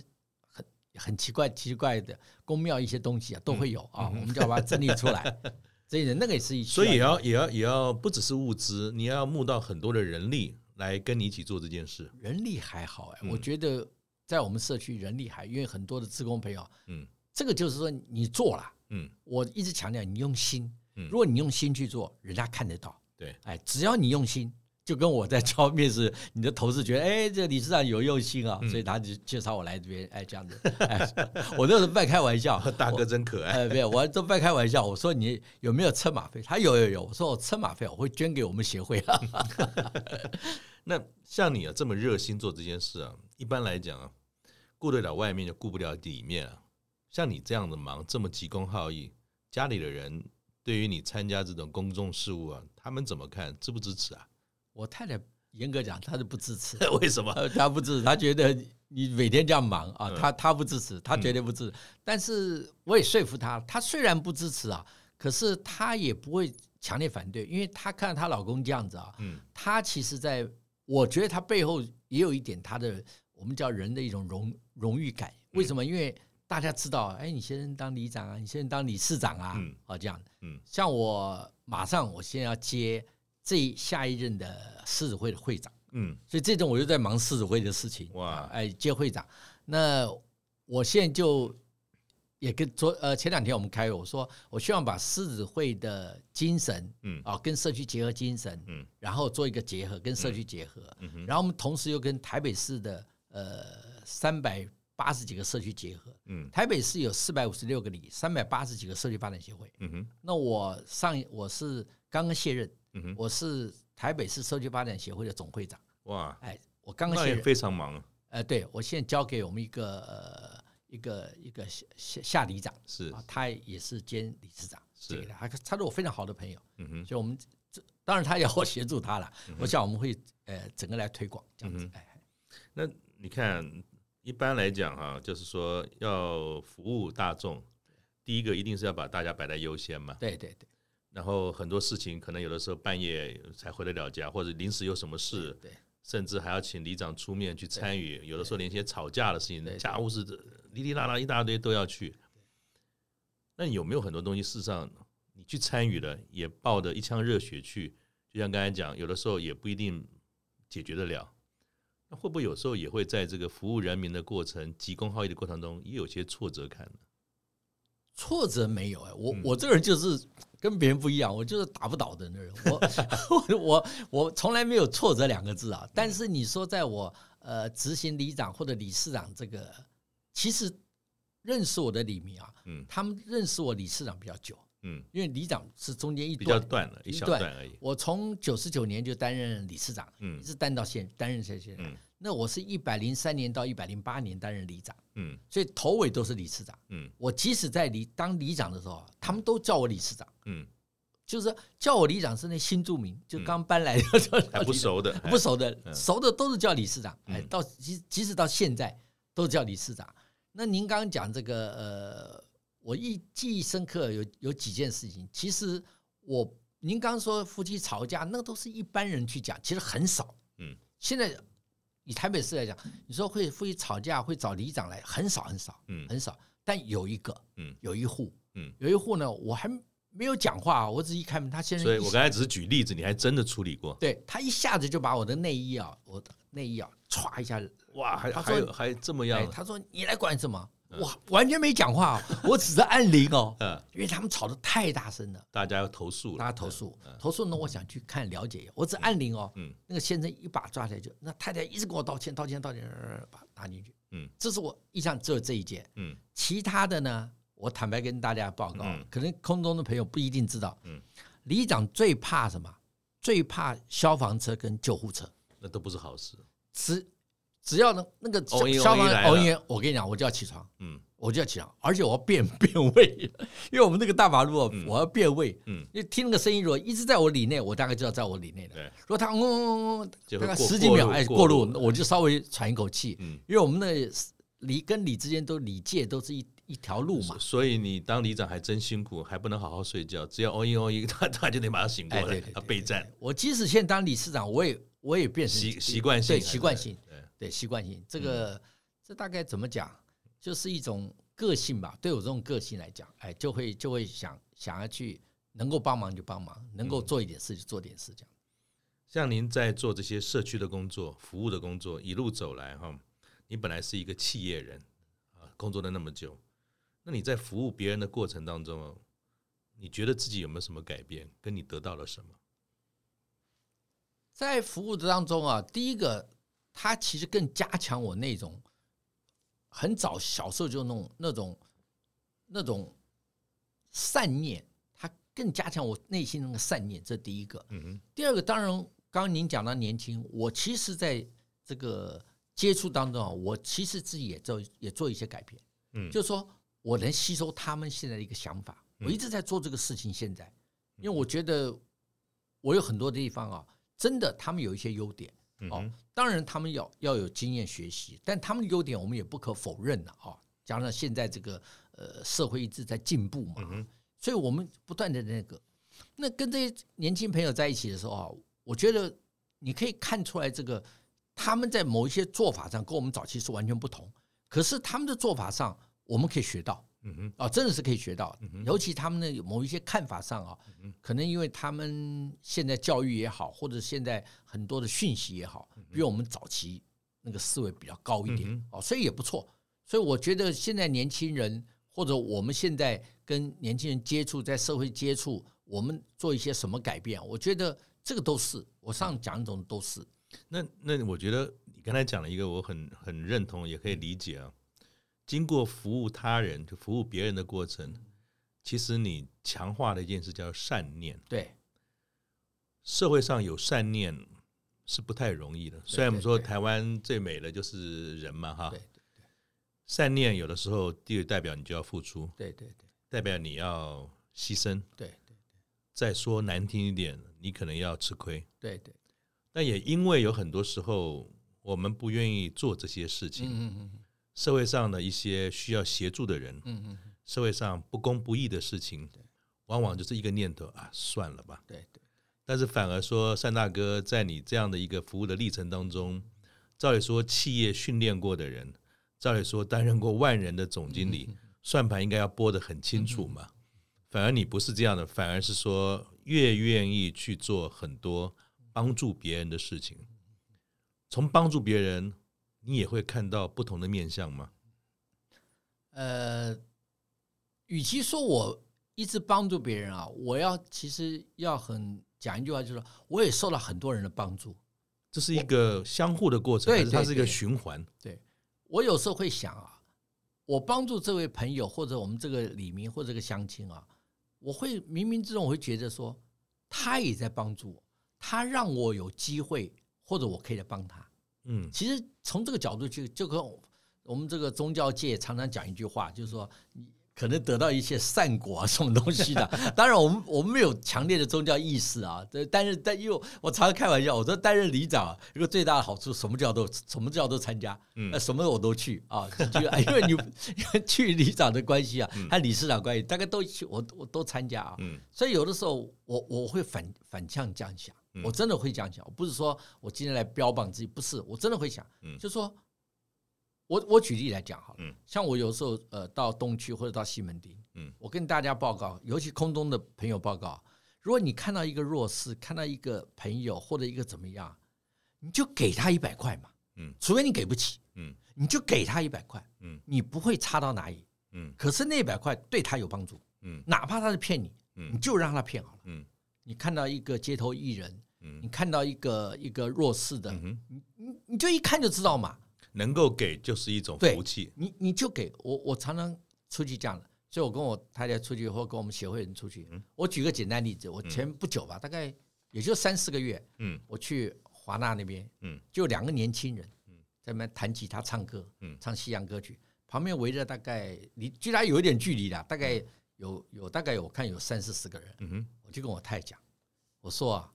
Speaker 3: 很很奇怪奇怪的宫庙一些东西啊
Speaker 2: 嗯
Speaker 3: 都会有啊，我们就要把它整理出来。 所以呢那个也是一，
Speaker 2: 所以也要也要也要不只是物资，你要募到很多的人力来跟你一起做这件事，
Speaker 3: 人力还好哎、
Speaker 2: 嗯
Speaker 3: 我觉得在我们社区人力还，因为很多的职工朋友，
Speaker 2: 嗯
Speaker 3: 这个就是说你做了，
Speaker 2: 嗯
Speaker 3: 我一直强调你用心
Speaker 2: 嗯，
Speaker 3: 如果你用心去做，人家看得到，
Speaker 2: 对，
Speaker 3: 哎，只要你用心，就跟我在教面试，你的同事觉得，哎，这理事长有用心
Speaker 2: 嗯
Speaker 3: 啊，所以他就介绍我来这边，哎，这样子， 哎，我那时候半开玩笑，
Speaker 2: 大哥真可爱。
Speaker 3: 哎，没有，我都半开玩笑。我说你有没有车马费？他有有有。我说我车马费我会捐给我们协会啊。
Speaker 2: 那像你啊这么热心做这件事啊，一般来讲啊，顾得了外面就顾不了里面啊。像你这样的忙，这么急公好义，家里的人对于你参加这种公众事务啊，他们怎么看？支不支持啊？
Speaker 3: 我太太严格讲，她是不支持，
Speaker 2: 为什么？
Speaker 3: 呃她不支持，她觉得你每天这样忙啊，她她不支持，她绝对不支持。但是我也说服她，她虽然不支持啊，可是她也不会强烈反对，因为她看到她老公这样子啊，
Speaker 2: 嗯
Speaker 3: 她其实在，我觉得她背后也有一点她的，我们叫人的一种荣荣誉感。为什么？因为大家知道，哎，你先生当里长啊，你先生当理事长啊，
Speaker 2: 嗯
Speaker 3: 啊这样。
Speaker 2: 嗯
Speaker 3: 像我马上我现在要接这一下一任的狮子会的会长，
Speaker 2: 嗯
Speaker 3: 所以这阵我就在忙狮子会的事情。
Speaker 2: 哇
Speaker 3: 啊哎，接会长，那我现在就也跟昨呃前两天我们开会，我说我希望把狮子会的精神
Speaker 2: 嗯
Speaker 3: 啊跟社区结合精神，
Speaker 2: 嗯
Speaker 3: 然后做一个结合，跟社区结合，
Speaker 2: 嗯哼
Speaker 3: 然后我们同时又跟台北市的呃三百八十几个社区结合。
Speaker 2: 嗯
Speaker 3: 台北市有四百五十六个里，三百八十几个社区发展协会。
Speaker 2: 嗯哼
Speaker 3: 那我上一我是刚刚卸任，
Speaker 2: 嗯哼，
Speaker 3: 我是台北市社区发展协会的总会长。
Speaker 2: 哇，
Speaker 3: 哎，我刚刚
Speaker 2: 那
Speaker 3: 卸
Speaker 2: 也
Speaker 3: 任，
Speaker 2: 非常忙啊，
Speaker 3: 呃，对我现在交给我们一个、呃、一个一个下下下里长
Speaker 2: 是
Speaker 3: 啊，他也是兼理事长，
Speaker 2: 是
Speaker 3: 这个他他是我非常好的朋友，
Speaker 2: 嗯哼
Speaker 3: 所以我们这当然他要我协助他了，我想我们会呃整个来推广这样子
Speaker 2: 嗯。
Speaker 3: 哎，
Speaker 2: 那你看，一般来讲哈、就是说要服务大众，第一个一定是要把大家摆在优先嘛。
Speaker 3: 对对对
Speaker 2: 然后很多事情可能有的时候半夜才回得了家，或者临时有什么事，
Speaker 3: 对
Speaker 2: 甚至还要请里长出面去参与。有的时候连一些吵架的事
Speaker 3: 对
Speaker 2: 情、
Speaker 3: 对
Speaker 2: 家务事哩哩啦啦一大堆都要去。那有没有很多东西，事实上你去参与了，也抱着一腔热血去，就像刚才讲，有的时候也不一定解决得了。那会不会有时候也会在这个服务人民的过程、急公好义的过程中，也有些挫折感呢？
Speaker 3: 挫折没有哎、我、
Speaker 2: 嗯
Speaker 3: 我这个人就是跟别人不一样，我就是打不倒的那人， 我我我我从来没有挫折两个字啊。但是你说在我呃执行里长或者理事长这个，其实认识我的里面啊，
Speaker 2: 嗯
Speaker 3: 他们认识我理事长比较久，
Speaker 2: 嗯，
Speaker 3: 因为里长是中间一
Speaker 2: 比较
Speaker 3: 段。
Speaker 2: 断了一小
Speaker 3: 对
Speaker 2: 段而已。
Speaker 3: 我从九十九年就担任理事长，
Speaker 2: 嗯
Speaker 3: 一直担到现担任现在。
Speaker 2: 嗯
Speaker 3: 那我是一百零三年到一百零八年担任里长，
Speaker 2: 嗯
Speaker 3: 所以头尾都是理事长。
Speaker 2: 嗯
Speaker 3: 我即使在里当里长的时候啊，他们都叫我理事长，
Speaker 2: 嗯，
Speaker 3: 就是叫我里长是那新住民，就
Speaker 2: 嗯
Speaker 3: 刚搬来的时候、
Speaker 2: 还不熟的，
Speaker 3: 不熟的，
Speaker 2: 嗯
Speaker 3: 熟的都是叫理事长。哎，
Speaker 2: 嗯
Speaker 3: 到即即使到现在都叫理事长。那您刚刚讲这个呃，我一记忆深刻有有几件事情，其实我您刚说夫妻吵架，那都是一般人去讲，其实很少。
Speaker 2: 嗯，
Speaker 3: 现在以台北市来讲，你说会夫妻吵架会找里长来，很少很少。
Speaker 2: 嗯
Speaker 3: 很少，但有一个，
Speaker 2: 嗯
Speaker 3: 有一户，
Speaker 2: 嗯
Speaker 3: 有一户呢，我还没有讲话，啊我只一开门，他先生
Speaker 2: 嗯所以
Speaker 3: 一
Speaker 2: 我刚才只是举例子，你还真的处理过，
Speaker 3: 对他一下子就把我的内衣啊，我的内衣啊，歘一下，
Speaker 2: 哇，还
Speaker 3: 他
Speaker 2: 还
Speaker 3: 说
Speaker 2: 有还这么样
Speaker 3: 哎，，他说你来管什么？我完全没讲话、哦， 我只是按铃哦，
Speaker 2: 嗯，
Speaker 3: 因为他们吵得太大声了，
Speaker 2: 大家要投诉了，
Speaker 3: 大家投诉
Speaker 2: 嗯，
Speaker 3: 投诉呢，我想去看了解一下，我只按铃哦，
Speaker 2: 嗯
Speaker 3: 那个先生一把抓起来就，那太太一直跟我道歉，道歉，道歉，呃把他拿进去，
Speaker 2: 嗯
Speaker 3: 这是我印象只有这一件，
Speaker 2: 嗯
Speaker 3: 其他的呢，我坦白跟大家报告，
Speaker 2: 嗯
Speaker 3: 可能空中的朋友不一定知道，
Speaker 2: 嗯
Speaker 3: 里长最怕什么？最怕消防车跟救护车，
Speaker 2: 嗯，那都不是好事，
Speaker 3: 只只要能那个
Speaker 2: 哦耶
Speaker 3: 消防
Speaker 2: 哦耶来了
Speaker 3: 哦耶我跟你讲，我就要起床，
Speaker 2: 嗯
Speaker 3: 我就要起床，而且我要变变位，因为我们那个大马路啊，我要变位。
Speaker 2: 嗯，
Speaker 3: 因为听那个声音，如果一直在我里内，我大概就要在我里内了。
Speaker 2: 对，
Speaker 3: 如果他嗡嗡嗡嗡，
Speaker 2: 就
Speaker 3: 大
Speaker 2: 会
Speaker 3: 概
Speaker 2: 过
Speaker 3: 十几
Speaker 2: 过
Speaker 3: 秒，
Speaker 2: 路
Speaker 3: 哎，
Speaker 2: 过
Speaker 3: 过
Speaker 2: 路
Speaker 3: 路，我就稍微喘一口气，
Speaker 2: 嗯
Speaker 3: 因为我们那里跟里之间都里界都是一一条路嘛。
Speaker 2: 所以你当里长还真辛苦，还不能好好睡觉，只要哦一哦一， 他他就得马上醒过
Speaker 3: 哎
Speaker 2: 来
Speaker 3: 对对，对
Speaker 2: 他备战，
Speaker 3: 我即使现在当理事长，我也我也变成
Speaker 2: 习习惯性
Speaker 3: 对习惯性，，
Speaker 2: 对对
Speaker 3: 对习惯性，
Speaker 2: 嗯
Speaker 3: 这个、这大概怎么讲，就是一种个性吧。对我这种个性来讲，哎，就会就会想想要去能够帮忙就帮忙，能
Speaker 2: 嗯
Speaker 3: 够做一点事就做点事，这样。
Speaker 2: 像您在做这些社区的工作、服务的工作，一路走来哈，你本来是一个企业人啊，工作了那么久，那你在服务别人的过程当中哦，你觉得自己有没有什么改变？跟你得到了什么？
Speaker 3: 在服务的当中啊，第一个，它其实更加强我那种很早小时候就那种那种那种善念，它更加强我内心那个善念，这第一个。
Speaker 2: 嗯哼，
Speaker 3: 第二个，当然，刚刚您讲到年轻，我其实在这个接触当中啊，我其实自己也做也做一些改变，
Speaker 2: 嗯，
Speaker 3: 就是说我能吸收他们现在的一个想
Speaker 2: 嗯
Speaker 3: 法。我一直在做这个事情，现在，因为我觉得我有很多地方啊，真的他们有一些优点，
Speaker 2: 嗯
Speaker 3: 哦
Speaker 2: 哼，
Speaker 3: 当然他们要要有经验学习，但他们的优点我们也不可否认的啊。加上现在这个呃社会一直在进步嘛，
Speaker 2: 嗯哼，
Speaker 3: 所以我们不断的那个，那跟这些年轻朋友在一起的时候啊，我觉得你可以看出来，这个他们在某一些做法上跟我们早期是完全不同，可是他们的做法上我们可以学到
Speaker 2: 嗯哼，
Speaker 3: 啊，真的是可以学到
Speaker 2: 嗯哼，
Speaker 3: 尤其他们的某一些看法上啊
Speaker 2: 嗯哼，
Speaker 3: 可能因为他们现在教育也好，或者现在很多的讯息也好，比我们早期那个思维比较高一点
Speaker 2: 嗯
Speaker 3: 哦，所以也不错。所以我觉得现在年轻人或者我们现在跟年轻人接触，在社会接触，我们做一些什么改变，我觉得这个都是我上讲种都是，
Speaker 2: 那那我觉得你刚才讲了一个我很很认同，也可以理解啊。经过服务他人，就服务别人的过程，其实你强化了一件事叫善念。
Speaker 3: 对
Speaker 2: 社会上有善念是不太容易的，虽然我们说台湾最美的就是人嘛，哈
Speaker 3: 对，
Speaker 2: 善念有的时候就代表你就要付出，
Speaker 3: 对对对
Speaker 2: 代表你要牺牲。
Speaker 3: 对对
Speaker 2: 再说难听一点，你可能要吃亏。
Speaker 3: 对对，
Speaker 2: 但也因为有很多时候我们不愿意做这些事情，
Speaker 3: 嗯嗯
Speaker 2: 社会上的一些需要协助的人，
Speaker 3: 嗯嗯嗯，
Speaker 2: 社会上不公不义的事情，往往就是一个念头啊，算了吧。
Speaker 3: 对对
Speaker 2: 但是反而说，单大哥在你这样的一个服务的历程当中，照理说企业训练过的人，照理说担任过万人的总经理，算盘应该要拨得很清楚嘛。反而你不是这样的，反而是说越愿意去做很多帮助别人的事情。从帮助别人，你也会看到不同的面相吗？
Speaker 3: 呃，与其说我一直帮助别人啊，我要其实要很讲一句话，就是说我也受到很多人的帮助。
Speaker 2: 这是一个相互的过程，
Speaker 3: 对
Speaker 2: 还是它
Speaker 3: 对
Speaker 2: 是一个
Speaker 3: 对
Speaker 2: 循环？
Speaker 3: 对我有时候会想啊，我帮助这位朋友或者我们这个李明或者这个乡亲啊，我会冥冥之中我会觉得说，他也在帮助我，他让我有机会或者我可以来帮他。
Speaker 2: 嗯
Speaker 3: 其实从这个角度去，就跟我们这个宗教界常常讲一句话，就是说你可能得到一些善果啊，什么东西的。 当然，我们我们没有强烈的宗教意识啊，这但是但因为我常常开玩笑，我说担任里长一个最大的好处，什么教都什么教都参加，
Speaker 2: 嗯
Speaker 3: 呃，什么我都去啊，就因为你 因为去里长的关系啊，和理事长关系，大概都去我我都参加啊，
Speaker 2: 嗯
Speaker 3: 所以有的时候我我会反反向这样想，
Speaker 2: 嗯
Speaker 3: 我真的会这样想，我不是说我今天来标榜自己，不是，我真的会想，
Speaker 2: 嗯
Speaker 3: 就说我我举例来讲好了，
Speaker 2: 嗯
Speaker 3: 像我有时候呃到东区或者到西门町，
Speaker 2: 嗯
Speaker 3: 我跟大家报告，尤其空中的朋友报告，如果你看到一个弱势，看到一个朋友或者一个怎么样，你就给他一百块嘛，
Speaker 2: 嗯
Speaker 3: 除非你给不起，
Speaker 2: 嗯
Speaker 3: 你就给他一百块，
Speaker 2: 嗯
Speaker 3: 你不会差到哪里，
Speaker 2: 嗯
Speaker 3: 可是那一百块对他有帮助，
Speaker 2: 嗯
Speaker 3: 哪怕他是骗你，你
Speaker 2: 嗯
Speaker 3: 就让他骗好了。
Speaker 2: 嗯
Speaker 3: 你看到一个街头艺人，你
Speaker 2: 嗯
Speaker 3: 看到一个一个弱势的，
Speaker 2: 嗯哼。
Speaker 3: 你你就一看就知道嘛，
Speaker 2: 能够给就是一种
Speaker 3: 对
Speaker 2: 福气。
Speaker 3: 你你就给我，我常常出去这样的，所以我跟我太太出去，或跟我们协会人出去，
Speaker 2: 嗯
Speaker 3: 我举个简单例子，我前不久吧，大概也就三四个月，
Speaker 2: 嗯
Speaker 3: 我去华纳那边，
Speaker 2: 嗯，
Speaker 3: 就两个年轻人，在那边弹吉他唱歌，
Speaker 2: 嗯
Speaker 3: 唱西洋歌曲，旁边围着大概离距离有一点距离啦，大概有有大概有我看有三四十个人，
Speaker 2: 嗯哼，
Speaker 3: 我就跟我太太讲，我说啊，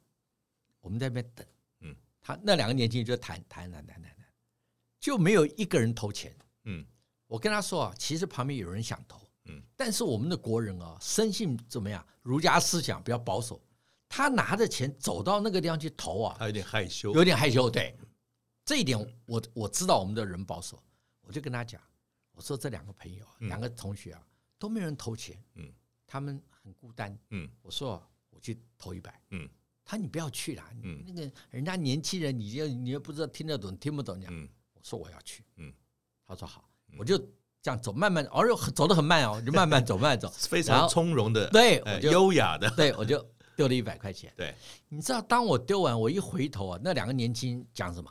Speaker 3: 我们在那边等，
Speaker 2: 嗯，
Speaker 3: 他那两个年轻人就谈谈谈谈谈谈，就没有一个人投钱。
Speaker 2: 嗯
Speaker 3: 我跟他说啊，其实旁边有人想投，
Speaker 2: 嗯，
Speaker 3: 但是我们的国人啊，深信怎么样，儒家思想比较保守，他拿着钱走到那个地方去投啊，
Speaker 2: 他有点害羞。
Speaker 3: 有点害羞。对，这一点我我知道我们的人保守，我就跟他讲，我说这两个朋友啊，
Speaker 2: 嗯
Speaker 3: 两个同学啊，都没有人投钱，
Speaker 2: 嗯，
Speaker 3: 他们很孤单，
Speaker 2: 嗯
Speaker 3: 我说啊我去投一百，
Speaker 2: 嗯
Speaker 3: 他说你不要去啦，
Speaker 2: 嗯
Speaker 3: 你那个人家年轻人，你又你又不知道听得懂听不懂，这样
Speaker 2: 嗯
Speaker 3: 我说我要去，
Speaker 2: 嗯，
Speaker 3: 他说好，我就这样走，慢慢，哦而且走得很慢哦，我就慢慢走，慢慢走，
Speaker 2: 非
Speaker 3: 然
Speaker 2: 常
Speaker 3: 后
Speaker 2: 从容的，
Speaker 3: 对
Speaker 2: 呃
Speaker 3: 我就
Speaker 2: 优雅的，
Speaker 3: 对我就丢了一百块钱。
Speaker 2: 对，
Speaker 3: 你知道，当我丢完，我一回头啊，那两个年轻人讲什么？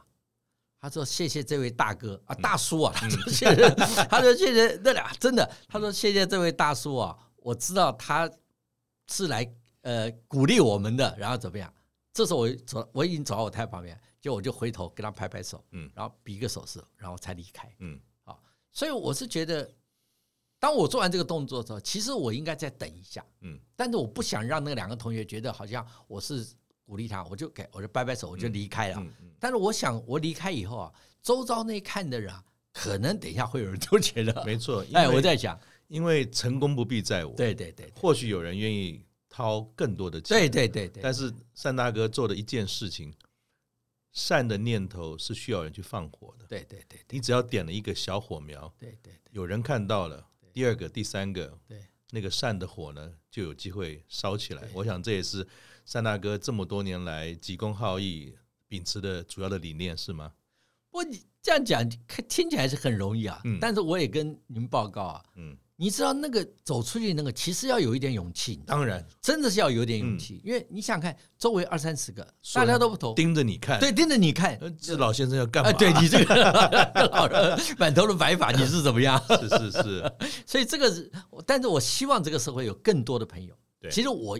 Speaker 3: 他说：“谢谢这位大哥啊，大叔啊。”他说：“谢谢。”他说：“谢谢那俩真的。”他说：“谢谢这位大叔啊，我知道他是来呃鼓励我们的，然后怎么样？”这时候我走，我已经走到我太太旁边，就我就回头跟他拍拍手，
Speaker 2: 嗯
Speaker 3: 然后比一个手势，然后才离开。
Speaker 2: 嗯
Speaker 3: 所以我是觉得，当我做完这个动作之后，其实我应该再等一下，
Speaker 2: 嗯
Speaker 3: 但是我不想让那两个同学觉得好像我是鼓励他，我就给我就掰掰手，我就离开了。
Speaker 2: 嗯嗯，
Speaker 3: 但是我想，我离开以后啊，周遭那看的人啊，可能等一下会有人都觉得，
Speaker 2: 没错。因
Speaker 3: 哎，
Speaker 2: 为
Speaker 3: 我在想，
Speaker 2: 因为成功不必在我，，
Speaker 3: 对对对
Speaker 2: 或许有人愿意掏更多的钱，
Speaker 3: 对对对对，
Speaker 2: 但是单大哥做的一件事情，善的念头是需要人去放火的。
Speaker 3: 对对对
Speaker 2: 你只要点了一个小火苗，
Speaker 3: 对对对
Speaker 2: 有人看到了，第二个、第三个，
Speaker 3: 对，
Speaker 2: 那个善的火呢，就有机会烧起来
Speaker 3: 对。
Speaker 2: 我想这也是单大哥这么多年来急公好义秉持的主要的理念，是吗？
Speaker 3: 不过你这样讲，看听起来是很容易啊，
Speaker 2: 嗯
Speaker 3: 但是我也跟你们报告啊，
Speaker 2: 嗯，
Speaker 3: 你知道那个走出去那个，其实要有一点勇气，你知道吗
Speaker 2: 当然，嗯
Speaker 3: 真的是要有点勇气，因为你想想看，周围二三十个，
Speaker 2: 所
Speaker 3: 大
Speaker 2: 以
Speaker 3: 家都不投，
Speaker 2: 盯着你看，
Speaker 3: 对，盯着你看，
Speaker 2: 呃，这老先生要干嘛？
Speaker 3: 啊，对你 这个老人满头的白发，你是怎么样？
Speaker 2: 是是是，
Speaker 3: 所以这个是，但是我希望这个社会有更多的朋友。
Speaker 2: 对
Speaker 3: 其实我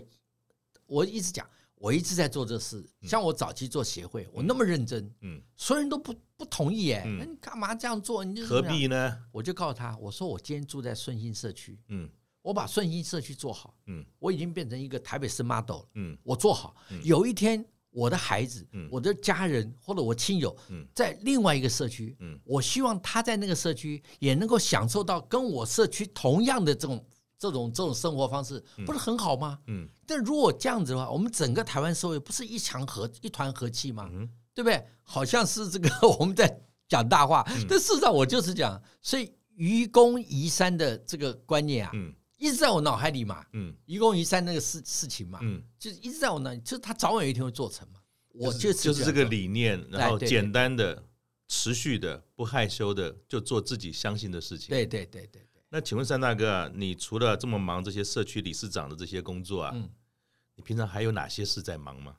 Speaker 3: 我一直讲，我一直在做这事，像我早期做协会，我那么认真，
Speaker 2: 嗯，
Speaker 3: 所有人都不不同意哎，
Speaker 2: 嗯
Speaker 3: 那你干嘛这样做？ 你就
Speaker 2: 何？必呢？
Speaker 3: 我就告诉他，我说我今天住在顺兴社区，
Speaker 2: 嗯
Speaker 3: 我把顺兴社区做好，
Speaker 2: 嗯
Speaker 3: 我已经变成一个台北市 model 了。
Speaker 2: 嗯
Speaker 3: 我做好
Speaker 2: 嗯。
Speaker 3: 有一天，我的孩子、
Speaker 2: 嗯
Speaker 3: 我的家人或者我亲友
Speaker 2: 嗯
Speaker 3: 在另外一个社区，
Speaker 2: 嗯
Speaker 3: 我希望他在那个社区也能够享受到跟我社区同样的这种这种这种生活方式，不是很好吗？
Speaker 2: 嗯
Speaker 3: 但如果这样子的话，我们整个台湾社会不是一强和一团和气吗？
Speaker 2: 嗯
Speaker 3: 对不对？好像是这个我们在讲大话，
Speaker 2: 嗯
Speaker 3: 但事实上我就是讲，所以愚公移山的这个观念啊，
Speaker 2: 嗯
Speaker 3: 一直在我脑海里嘛，
Speaker 2: 嗯
Speaker 3: 愚公移山那个事事情嘛，
Speaker 2: 嗯，
Speaker 3: 就是一直在我那里，就是他早晚有一天会做成嘛。我
Speaker 2: 就是就是这
Speaker 3: 样
Speaker 2: 个
Speaker 3: 做，
Speaker 2: 理念，
Speaker 3: 哎
Speaker 2: 然后
Speaker 3: 对对
Speaker 2: 简单的、持续的、不害羞的，就做自己相信的事情。
Speaker 3: 啊对对对对对，
Speaker 2: 那请问三大哥啊，你除了这么忙这些社区理事长的这些工作啊，
Speaker 3: 嗯
Speaker 2: 你平常还有哪些事在忙吗？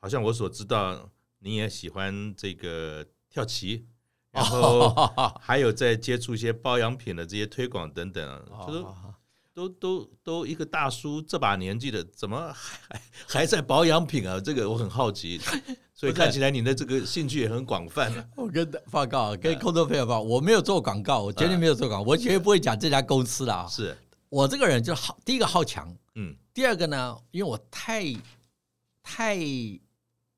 Speaker 2: 好像我所知道，你也喜欢这个跳棋，然 后还有在接触一些保养品的这些推广等等啊，就是
Speaker 3: 哦
Speaker 2: 都都都一个大叔这把年纪的，怎么还还还在保养品啊？这个我很好奇，所以看起来你的这个兴趣也很广泛啊。
Speaker 3: 我跟报告，跟空头朋友报告，我没有做广告，我绝对没有做广告，我绝对不会讲这家公司的 啊。
Speaker 2: 是，
Speaker 3: 我这个人就是好，第一个好强，
Speaker 2: 嗯
Speaker 3: 第二个呢，因为我太太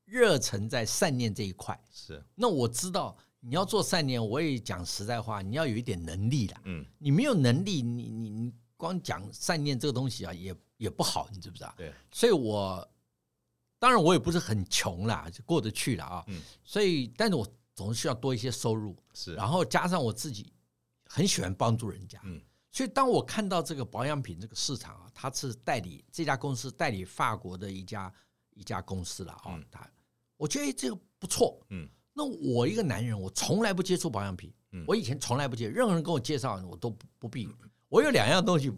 Speaker 3: 热忱在善念这一块，
Speaker 2: 是，
Speaker 3: 那我知道你要做善念，我也讲实在话，你要有一点能力啦。
Speaker 2: 嗯
Speaker 3: 你没有能力，你你你光讲善念这个东西啊，也也不好，你知不知道？
Speaker 2: 对，
Speaker 3: 所以我当然我也不是很穷啦，就过得去了啊。
Speaker 2: 嗯
Speaker 3: 所以，但是我总是需要多一些收入，
Speaker 2: 是，
Speaker 3: 然后加上我自己很喜欢帮助人家。
Speaker 2: 嗯
Speaker 3: 所以，当我看到这个保养品这个市场啊，它是代理这家公司代理法国的一家一家公司了啊
Speaker 2: 嗯，
Speaker 3: 它、我觉得诶这个不错。
Speaker 2: 嗯
Speaker 3: 那我一个男人，我从来不接触保养品，
Speaker 2: 嗯
Speaker 3: 我以前从来不接，任何人跟我介绍我都不不必。我有两样东西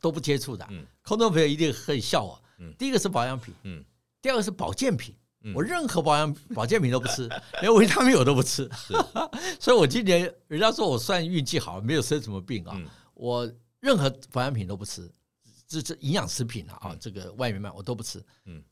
Speaker 3: 都不接触的，
Speaker 2: 嗯
Speaker 3: 空中朋友一定很笑我。
Speaker 2: 嗯
Speaker 3: 第一个是保养品，
Speaker 2: 嗯
Speaker 3: 第二个是保健品。
Speaker 2: 嗯
Speaker 3: 我任何保养保健品都不吃， 连维他命我都不吃， 所以我今年人家说我算运气好，没有生什么病啊。
Speaker 2: 嗯
Speaker 3: 我任何保养品都不吃，这这营养食品啊，啊这个外面卖我都不吃。
Speaker 2: 嗯，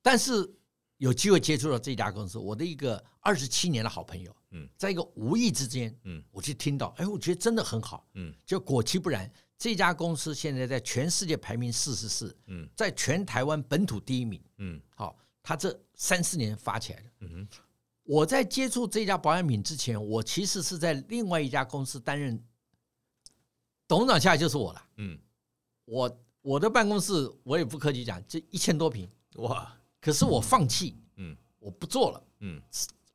Speaker 3: 但是有机会接触到这家公司，我的一个二十七年的好朋友，
Speaker 2: 嗯，
Speaker 3: 在一个无意之间，
Speaker 2: 嗯
Speaker 3: 我去听到，哎，我觉得真的很好。
Speaker 2: 嗯
Speaker 3: 就果其不然，这家公司现在在全世界排名四十四，
Speaker 2: 嗯
Speaker 3: 在全台湾本土第一名。
Speaker 2: 嗯
Speaker 3: 好、他这三四年发起来的。
Speaker 2: 嗯
Speaker 3: 我在接触这家保养品之前，我其实是在另外一家公司担任董事长，下来就是我了。
Speaker 2: 嗯，
Speaker 3: 我我的办公室，我也不客气讲，这一千多平，
Speaker 2: 哇，
Speaker 3: 可是我放弃，
Speaker 2: 嗯
Speaker 3: 我不做了，
Speaker 2: 嗯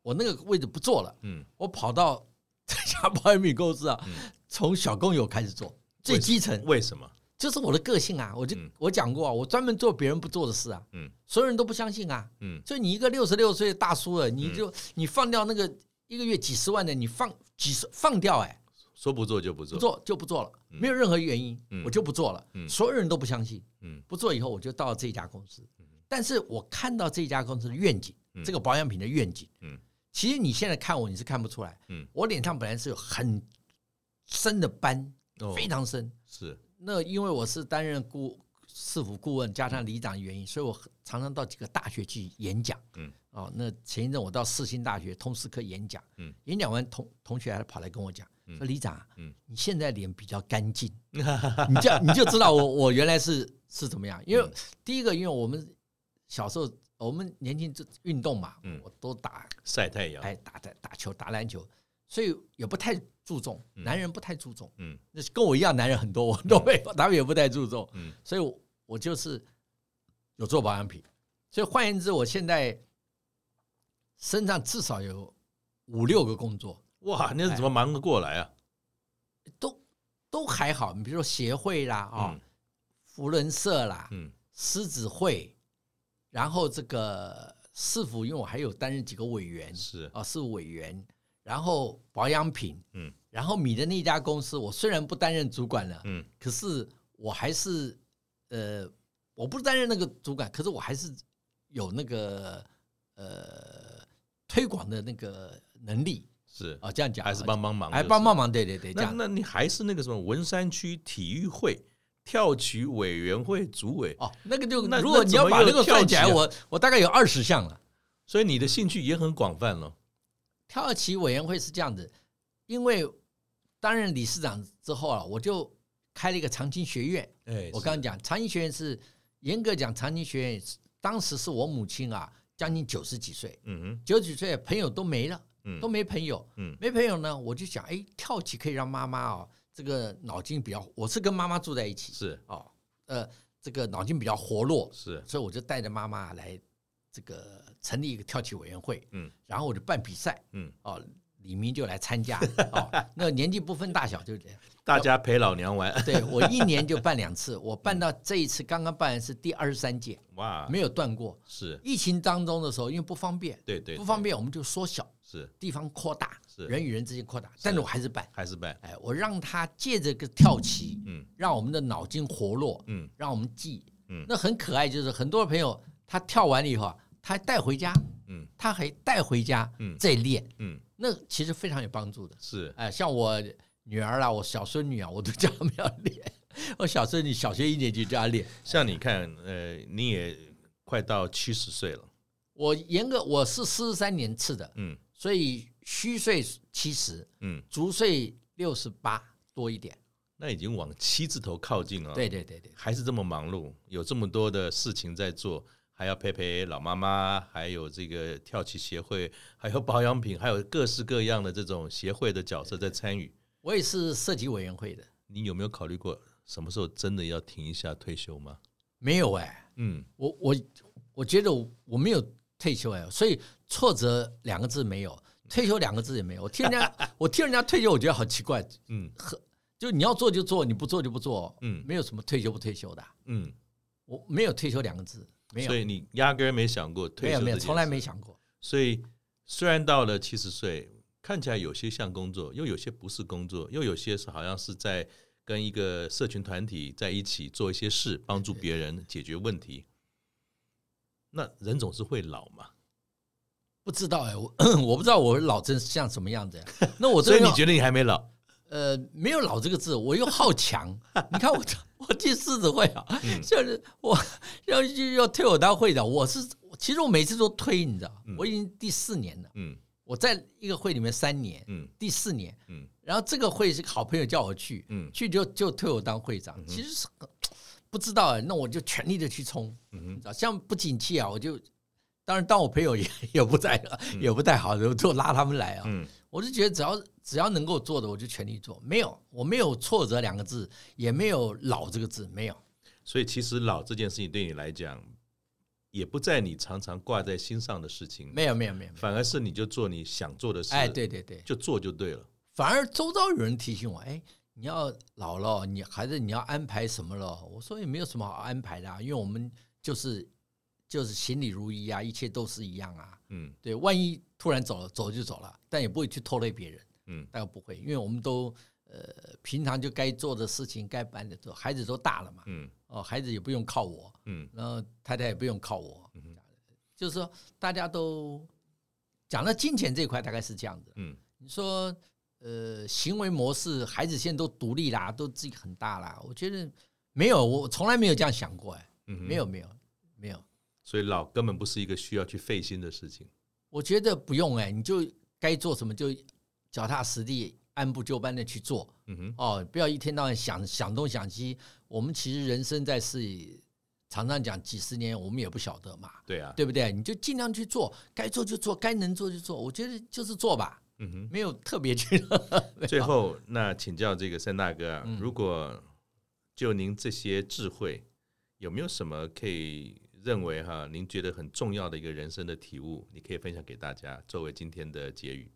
Speaker 3: 我那个位置不做了，
Speaker 2: 嗯
Speaker 3: 我跑到 这家保养品公司啊，从小工友开始做，最基层，
Speaker 2: 为什么？
Speaker 3: 就是我的个性啊。我就、
Speaker 2: 嗯
Speaker 3: 我讲过啊，我专门做别人不做的事啊，
Speaker 2: 嗯
Speaker 3: 所有人都不相信啊。
Speaker 2: 嗯
Speaker 3: 就你一个六十六岁的啊大叔了，你就、你放掉那个一个月几十万的，你放几十放掉哎、
Speaker 2: 说不做就不做，
Speaker 3: 不做就不做了，没有任何原因，
Speaker 2: 嗯
Speaker 3: 我就不做了。
Speaker 2: 嗯
Speaker 3: 所有人都不相信，
Speaker 2: 嗯
Speaker 3: 不做以后我就到了这家公司。但是我看到这家公司的愿景，
Speaker 2: 嗯
Speaker 3: 这个保养品的愿景，
Speaker 2: 嗯
Speaker 3: 其实你现在看我你是看不出来，
Speaker 2: 嗯
Speaker 3: 我脸上本来是有很深的斑，
Speaker 2: 哦
Speaker 3: 非常深。
Speaker 2: 是
Speaker 3: 那因为我是担任顾市府顾问，加上里长的原因，所以我很常常到几个大学去演讲。
Speaker 2: 嗯，
Speaker 3: 哦，那前一阵我到世新大学通识课演讲，
Speaker 2: 嗯，
Speaker 3: 演讲完同同学还跑来跟我讲，说里长，
Speaker 2: 嗯，
Speaker 3: 你现在脸比较干 净，你这样你就知道我我原来是是怎么样，因为
Speaker 2: 嗯
Speaker 3: 第一个，因为我们小时候我们年轻就运动嘛，
Speaker 2: 嗯
Speaker 3: 我都打
Speaker 2: 晒太阳，
Speaker 3: 哎打打打球打篮球，所以也不太注重，男人不太注重。
Speaker 2: 嗯
Speaker 3: 那跟我一样男人很多，我都没有，他们也不太注重，
Speaker 2: 嗯
Speaker 3: 所以我我就是有做保养品，所以换言之，我现在身上至少有五六个工作，
Speaker 2: 哇，那怎么忙得过来啊？
Speaker 3: 都都还好。你比如说协会啦，啊、
Speaker 2: 嗯
Speaker 3: 福伦社啦，
Speaker 2: 嗯
Speaker 3: 狮子会，然后这个市府，因为我还有担任几个委员，
Speaker 2: 是
Speaker 3: 啊，是委员，然后保养品，
Speaker 2: 嗯
Speaker 3: 然后你的那家公司，我虽然不担任主管了，
Speaker 2: 嗯
Speaker 3: 可是我还是呃，我不担任那个主管，可是我还是有那个呃推广的那个能力
Speaker 2: 是嗯
Speaker 3: 啊，这样讲
Speaker 2: 还是帮帮忙，
Speaker 3: 还帮帮。忙，对对对，这
Speaker 2: 哦那
Speaker 3: 样
Speaker 2: 那你还是那个什么文山区体育会跳曲委员会主委，
Speaker 3: 哦，那个就
Speaker 2: 那
Speaker 3: 如果
Speaker 2: 那
Speaker 3: 你
Speaker 2: 怎
Speaker 3: 要
Speaker 2: 么
Speaker 3: 把
Speaker 2: 又
Speaker 3: 那个算起来，
Speaker 2: 跳级啊
Speaker 3: 我我大概有二十项了。
Speaker 2: 所以你的兴趣也很广泛了。
Speaker 3: 跳棋委员会是这样子，因为担任理事长之后啊，我就开了一个长青学院。
Speaker 2: 哎
Speaker 3: 我刚刚讲长青学院是严格讲长青学院是，当时是我母亲啊，将近九十几岁，
Speaker 2: 嗯哼
Speaker 3: 九十几岁朋友都没了，
Speaker 2: 嗯
Speaker 3: 都没朋友，
Speaker 2: 嗯
Speaker 3: 没朋友呢，我就想，哎，跳棋可以让妈妈哦，这个脑筋比较，我是跟妈妈住在一起，
Speaker 2: 是
Speaker 3: 哦，呃，这个脑筋比较活络，
Speaker 2: 是
Speaker 3: 所以我就带着妈妈来这个成立一个跳棋委员会，
Speaker 2: 嗯
Speaker 3: 然后我就办比赛。
Speaker 2: 嗯，
Speaker 3: 哦，李明就来 参加哦，那年纪不分大小就这样。
Speaker 2: 大家陪老娘玩，
Speaker 3: 对我一年就办两次，我办
Speaker 2: 嗯
Speaker 3: 到这一次刚刚办完是第二十三届，
Speaker 2: 哇，
Speaker 3: 没有断过。
Speaker 2: 是
Speaker 3: 疫情当中的时候，因为不方便，
Speaker 2: 对对
Speaker 3: 不方便我们就缩小
Speaker 2: 是
Speaker 3: 地方扩大，
Speaker 2: 是
Speaker 3: 人与人之间扩大，但是我还是办。
Speaker 2: 还是办，
Speaker 3: 哎，我让他借这个跳棋，
Speaker 2: 嗯
Speaker 3: 让我们的脑筋活络，
Speaker 2: 嗯
Speaker 3: 让我们记。
Speaker 2: 嗯
Speaker 3: 那很可爱，就是很多朋友他跳完了以后啊，他还带回家，
Speaker 2: 嗯
Speaker 3: 他还带回家
Speaker 2: 嗯
Speaker 3: 再练，
Speaker 2: 嗯
Speaker 3: 那其实非常有帮助的。
Speaker 2: 是
Speaker 3: 哎，像我女儿啦，我小孙女啊，我都叫她们要练。 我小孙女小学一年级就要练。
Speaker 2: 像你看，呃，你也快到七十岁了，
Speaker 3: 我严格我是四十三年次的，
Speaker 2: 嗯
Speaker 3: 所以虚岁七十，
Speaker 2: 嗯，
Speaker 3: 足岁六十八多一点。
Speaker 2: 那已经往七字头靠近了。
Speaker 3: 对，对对对，
Speaker 2: 还是这么忙碌，有这么多的事情在做，还要陪陪老妈妈，还有这个跳棋协会，还有保养品，还有各式各样的这种协会的角色在参与。
Speaker 3: 我也是设计委员会的，
Speaker 2: 你有没有考虑过什么时候真的要停一下退休吗？
Speaker 3: 没有哎，
Speaker 2: 嗯
Speaker 3: 我我我觉得我我没有退休哎，所以挫折两个字没有，退休两个字也没有。我听人 家我听人家退休，我觉得好奇怪，
Speaker 2: 嗯
Speaker 3: 就你要做就做，你不做就不做，
Speaker 2: 嗯
Speaker 3: 没有什么退休不退休的啊、
Speaker 2: 嗯，
Speaker 3: 我没有退休两个字，没有
Speaker 2: 所，以你压根儿没想过退
Speaker 3: 没
Speaker 2: 休这
Speaker 3: 有，没
Speaker 2: 件
Speaker 3: 有，
Speaker 2: 事
Speaker 3: 从来没。想过。
Speaker 2: 所以虽然到了七十岁，看起来有些像工作，又有些不是工作，又有些是好像是在跟一个社群团体在一起做一些事，帮助别人解决问题。那人总是会老嘛，
Speaker 3: 不知道哎、我 我不知道我老真是像什么样子、哎那我
Speaker 2: 所
Speaker 3: 这
Speaker 2: 以
Speaker 3: 个
Speaker 2: 你觉得你还没老？
Speaker 3: 呃没有“老”这个字，我又 好强。你看我我进狮子会啊，
Speaker 2: 嗯
Speaker 3: 就是我要就要推我当会长，我是其实我每次都推，你知道，我已经第四年了，
Speaker 2: 嗯
Speaker 3: 我在一个会里面三年，
Speaker 2: 嗯
Speaker 3: 第四年，
Speaker 2: 嗯
Speaker 3: 然后这个会是好朋友叫我去，
Speaker 2: 嗯
Speaker 3: 去就就推我当会长，其实是很不知道、哎，那我就全力的去冲，
Speaker 2: 嗯
Speaker 3: 你知道，像不景气啊，我就当然当我朋友也也不在了，也不太好，就拉他们来啊，
Speaker 2: 嗯
Speaker 3: 我就觉得只要只要能够做的，我就全力做，没有我没有挫折两个字，也没有老这个字，没有，
Speaker 2: 所以其实老这件事情对你来讲，也不在你常常挂在心上的事情，
Speaker 3: 没有，没有，没有，没有
Speaker 2: 反而是你就做你想做的事，
Speaker 3: 哎，，对对对，
Speaker 2: 就做就对了。
Speaker 3: 反而周遭有人提醒我，哎，你要老了，你还是你要安排什么了？我说也没有什么好安排的、啊，因为我们就是就是行礼如仪啊，一切都是一样啊。
Speaker 2: 嗯
Speaker 3: 对，万一突然走了，走就走了，但也不会去拖累别人，
Speaker 2: 嗯
Speaker 3: 大概不会，因为我们都呃呃，平常就该做的事情、该办的做，孩子都大了嘛，
Speaker 2: 嗯
Speaker 3: 哦，孩子也不用靠我，
Speaker 2: 嗯
Speaker 3: 然后太太也不用靠我，
Speaker 2: 嗯哼
Speaker 3: 就是说大家都讲到金钱这一块，大概是这样子。
Speaker 2: 嗯
Speaker 3: 你说，呃，行为模式，孩子现在都独立啦，都自己很大啦，我觉得没有，我从来没有这样想过，哎，
Speaker 2: 嗯哼，
Speaker 3: 没有，没有，没有，
Speaker 2: 所以老根本不是一个需要去费心的事情。
Speaker 3: 我觉得不用，哎，你就该做什么就脚踏实地、按部就班的去做，
Speaker 2: 嗯哼，
Speaker 3: 哦，不要一天到晚想想东想西。我们其实人生在世，常常讲几十年，我们也不晓得嘛，
Speaker 2: 对啊，，
Speaker 3: 对不对？你就尽量去做，该做就做，该能做就做。我觉得就是做吧，
Speaker 2: 嗯哼。
Speaker 3: 没有特别去。
Speaker 2: 最后，那请教这个三大哥啊，如果就您这些智慧，有没有什么可以认为哈，您觉得很重要的一个人生的体悟，你可以分享给大家，作为今天的结语。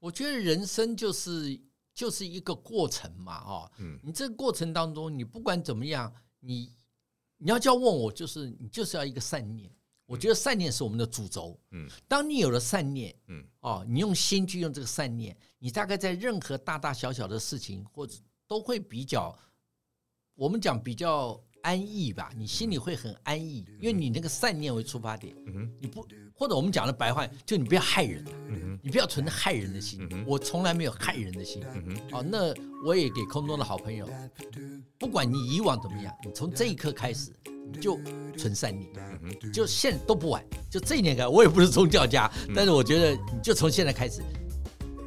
Speaker 3: 我觉得人生就是就是一个过程嘛，哦，
Speaker 2: 嗯
Speaker 3: 你这个过程当中，你不管怎么样，你你要叫问我，就是你就是要一个善念。我觉得善念是我们的主轴。
Speaker 2: 嗯
Speaker 3: 当你有了善念，
Speaker 2: 嗯
Speaker 3: 哦，你用心去用这个善念，你大概在任何大大小小的事情，或者都会比较，我们讲比较安逸吧，你心里会很安逸，因为你那个善念为出发点，
Speaker 2: 嗯哼
Speaker 3: 你不或者我们讲的白话，就你不要害人、啊，
Speaker 2: 嗯哼
Speaker 3: 你不要存着害人的心，我从来没有害人的心。
Speaker 2: 嗯哼
Speaker 3: 哦，那我也给空中的好朋友，不管你以往怎么样，你从这一刻开始你就存善念，就现在都不晚，就这一年开始，我也不是宗教家，但是我觉得你就从现在开始，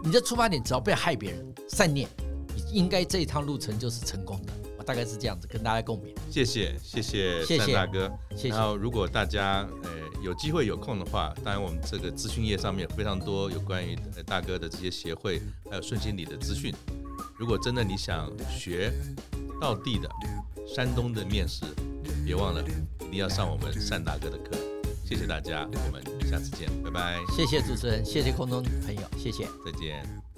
Speaker 3: 你的出发点只要不要害别人，善念，你应该这一趟路程就是成功的。我大概是这样子跟大家共勉。
Speaker 2: 谢谢谢谢
Speaker 3: 谢
Speaker 2: 单
Speaker 3: 谢
Speaker 2: 大哥。
Speaker 3: 谢谢
Speaker 2: 然后，如果大家呃有机会有空的话，当然我们这个资讯页上面有非常多有关于呃大哥的这些协会还有顺心理的资讯。如果真的你想学道地的山东的面食，别忘了一定要上我们单大哥的课。谢谢大家，我们下次见，拜拜，
Speaker 3: 谢谢主持人，谢谢空中朋友，谢谢。
Speaker 2: 再见。